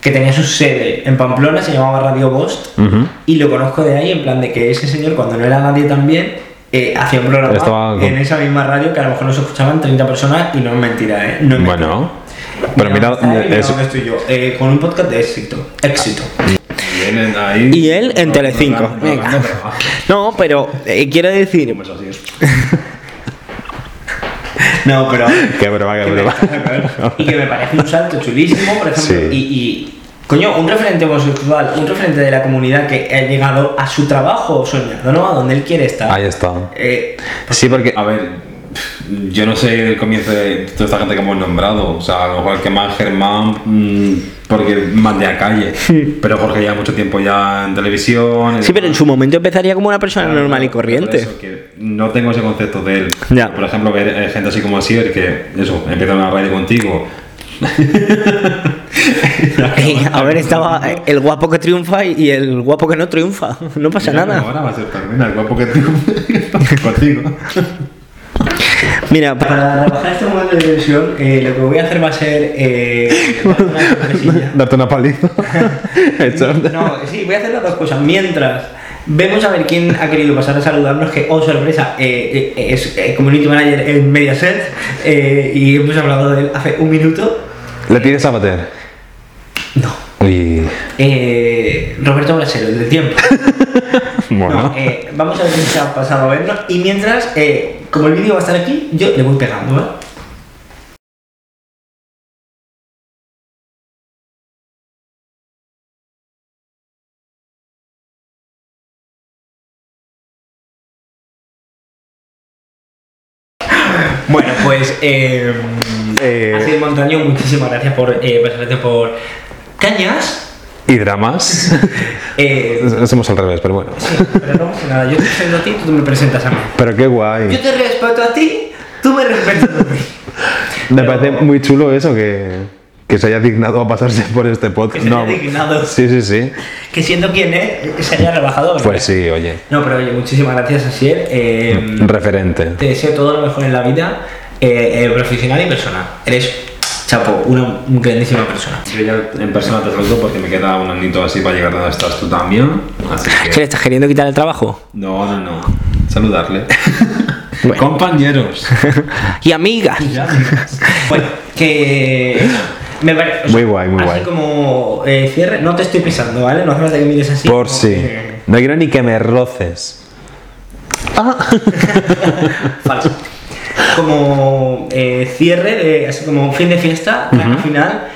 Speaker 4: que tenía su sede en Pamplona, se llamaba Radio Bost,
Speaker 3: Ujú.
Speaker 4: y lo conozco de ahí, en plan de que ese señor, cuando no era nadie también, eh, hacía un programa
Speaker 3: Estaba con-
Speaker 4: en esa misma radio que a lo mejor nos escuchaban 30 personas y no es mentira, ¿eh? No es mentira.
Speaker 3: Bueno. Pero mira,
Speaker 4: dónde está él y
Speaker 3: es-
Speaker 4: dónde estoy yo, eh, con un podcast de éxito, éxito.
Speaker 2: Y él en, ahí-
Speaker 1: Y él en
Speaker 2: No,
Speaker 1: Telecinco.
Speaker 2: no, no, no,
Speaker 1: Venga.
Speaker 2: no, no.
Speaker 1: No, pero eh, quiero decir,
Speaker 2: Pues así es.
Speaker 4: No, pero...
Speaker 3: qué broma, qué
Speaker 4: que me-
Speaker 3: broma.
Speaker 4: y que me parece un salto chulísimo, por ejemplo.
Speaker 3: Sí.
Speaker 4: Y, y, coño, un referente homosexual, un referente de la comunidad que ha llegado a su trabajo soñado, ¿no? A donde él quiere estar.
Speaker 3: Ahí está.
Speaker 4: Eh,
Speaker 3: Sí, porque.
Speaker 2: A ver, yo no sé el comienzo de toda esta gente que hemos nombrado. O sea, a lo mejor que más Germán, mm, porque más de la calle. Pero Jorge lleva mucho tiempo ya en televisión. y
Speaker 1: sí, pero en
Speaker 2: demás.
Speaker 1: su momento empezaría como una persona
Speaker 2: Claro,
Speaker 1: normal y
Speaker 2: por
Speaker 1: corriente.
Speaker 2: eso, que no tengo ese concepto de él.
Speaker 1: Ya.
Speaker 2: Por ejemplo, ver eh, gente así como así, el que, eso, empieza una radio contigo.
Speaker 1: Eh, a ver, estaba eh, el guapo que triunfa y y el guapo que no triunfa. No pasa
Speaker 2: Mira,
Speaker 1: nada.
Speaker 2: Ahora va a ser terminar, guapo que te- contigo.
Speaker 1: Mira, pa-
Speaker 4: para trabajar este momento de televisión, eh, lo que voy a hacer va a ser. eh, una sorpresilla.
Speaker 3: Darte una paliza. Eso.
Speaker 4: No, sí, voy a hacer las dos cosas. Mientras vemos a ver quién ha querido pasar a saludarnos, que, oh sorpresa, eh, eh, es eh, community manager en Mediaset eh, y hemos hablado de él hace un minuto.
Speaker 3: Le pides a bater.
Speaker 4: No.
Speaker 3: Uy.
Speaker 4: Eh, Roberto Brasero, el del tiempo.
Speaker 3: Bueno.
Speaker 4: No, eh, vamos a ver quién se ha pasado a vernos. Y mientras, eh, como el vídeo va a estar aquí, yo le voy pegando, ¿vale? Bueno, pues eh,
Speaker 3: Eh,
Speaker 4: así Montaño, muchísimas gracias por eh, pasarte por cañas.
Speaker 3: Y dramas.
Speaker 4: Eh,
Speaker 3: Hacemos al revés, pero bueno.
Speaker 4: Sí, pero no pasa nada. Yo te presento a ti, tú me presentas a mí.
Speaker 3: Pero qué
Speaker 4: Yo
Speaker 3: guay.
Speaker 4: te respeto a ti, tú me respetas a mí.
Speaker 3: Me
Speaker 4: Pero-
Speaker 3: parece muy chulo eso que, que se haya dignado a pasarse por este
Speaker 4: Que
Speaker 3: podcast.
Speaker 4: se haya dignado.
Speaker 3: Sí, sí, sí.
Speaker 4: Que siendo quien es, se haya rebajado. ¿verdad?
Speaker 3: Pues sí, Mm, oye.
Speaker 4: No, pero oye, muchísimas gracias, Asier. Eh,
Speaker 2: Mm.
Speaker 3: Referente.
Speaker 4: te deseo todo lo mejor en la vida, eh, eh, profesional y personal. Eres, chapo, una grandísima persona.
Speaker 2: Yo ya en persona te saludo porque me queda un anito así para llegar donde estás tú también. Así
Speaker 1: ¿qué le
Speaker 2: que.
Speaker 1: estás queriendo quitar el trabajo?
Speaker 2: No, no, no. Saludarle. Compañeros.
Speaker 1: Y amigas.
Speaker 4: Bueno, que. Me parece.
Speaker 3: Muy guay, muy
Speaker 4: así
Speaker 3: guay.
Speaker 4: como eh, cierre, no te estoy pisando, ¿vale? No eh, hace falta que mires así.
Speaker 3: Por
Speaker 4: como
Speaker 3: si.
Speaker 4: que-
Speaker 3: No quiero ni que me roces.
Speaker 4: Falso. Como eh, cierre, de- así como fin de fiesta, al final,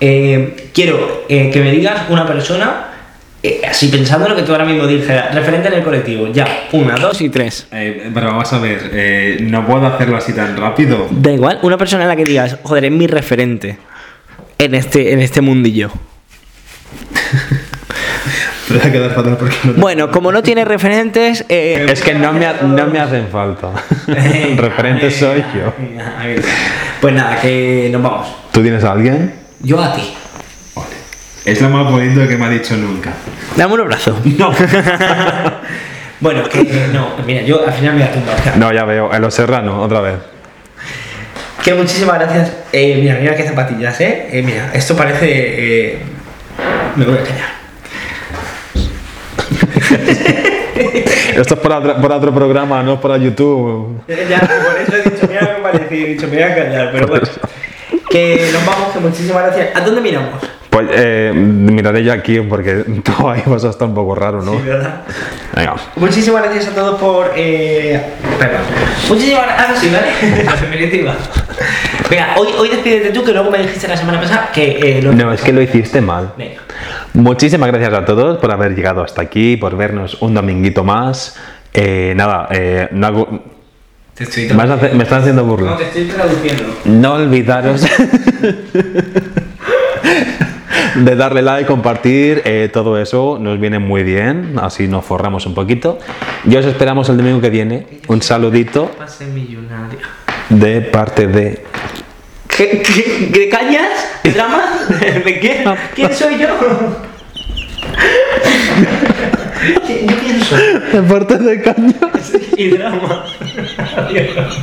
Speaker 4: eh, quiero eh, que me digas una persona, eh, así pensando lo que tú ahora mismo dijeras, referente en el colectivo, ya, una, dos
Speaker 1: Dos
Speaker 4: y...
Speaker 1: y tres.
Speaker 2: Eh, pero vamos a ver, eh, no puedo hacerlo así tan rápido.
Speaker 1: Da igual, una persona en la que digas, joder, es mi referente en este, en este mundillo.
Speaker 2: Pero hay que dar fatal porque no
Speaker 1: Bueno, como no tiene referentes, eh,
Speaker 3: Es que no me, ha- no me hacen falta.
Speaker 4: Eh,
Speaker 2: Eh,
Speaker 3: Referente soy yo.
Speaker 4: Pues nada, que nos vamos.
Speaker 3: ¿Tú tienes a alguien?
Speaker 4: Yo a ti.
Speaker 5: Es lo más bonito que me ha dicho nunca.
Speaker 1: Dame un abrazo.
Speaker 4: No. bueno, que eh, no, mira, yo al final me voy a tumbar. claro.
Speaker 2: No, ya veo, en los serranos, otra vez.
Speaker 4: Que muchísimas gracias. Eh, mira, mira qué zapatillas, ¿eh? Eh, mira, esto parece. eh, Me voy a callar.
Speaker 2: Esto es para, otra- para otro programa, no es para YouTube.
Speaker 4: Eh, Ya, por eso he dicho, mira lo que parece. He dicho, me voy a callar, pero bueno. Que nos vamos, que muchísimas gracias. ¿A dónde miramos?
Speaker 2: Pues eh, miraré yo aquí porque todo ahí vas a estar un poco raro, ¿no?
Speaker 4: Sí, ¿verdad?
Speaker 2: Venga.
Speaker 4: Muchísimas gracias a todos por. Eh... Perdón. Muchísimas gracias. Ah, no, sí, ¿vale? La definitiva. Venga, hoy, hoy despídete tú, que luego me dijiste la semana pasada que eh, lo.
Speaker 2: No, es que lo hiciste mal.
Speaker 4: Venga.
Speaker 2: Muchísimas gracias a todos por haber llegado hasta aquí, por vernos un dominguito más. Eh, nada, eh, no hago-
Speaker 4: Te estoy
Speaker 2: me vas a hacer- me están haciendo
Speaker 4: No,
Speaker 2: burla.
Speaker 4: te estoy traduciendo.
Speaker 2: No olvidaros de darle like, compartir, eh, todo eso nos viene muy bien, así nos forramos un poquito. Y os esperamos el domingo que viene. Un saludito
Speaker 4: Pase millonario.
Speaker 2: de parte de...
Speaker 4: ¿Qué, qué, qué cañas? ¿De dramas? ¿De qué? ¿Quién soy yo? ¿Qui- ¿Yo quién soy?
Speaker 2: De parte de Caña.
Speaker 4: Y drama. Adiós.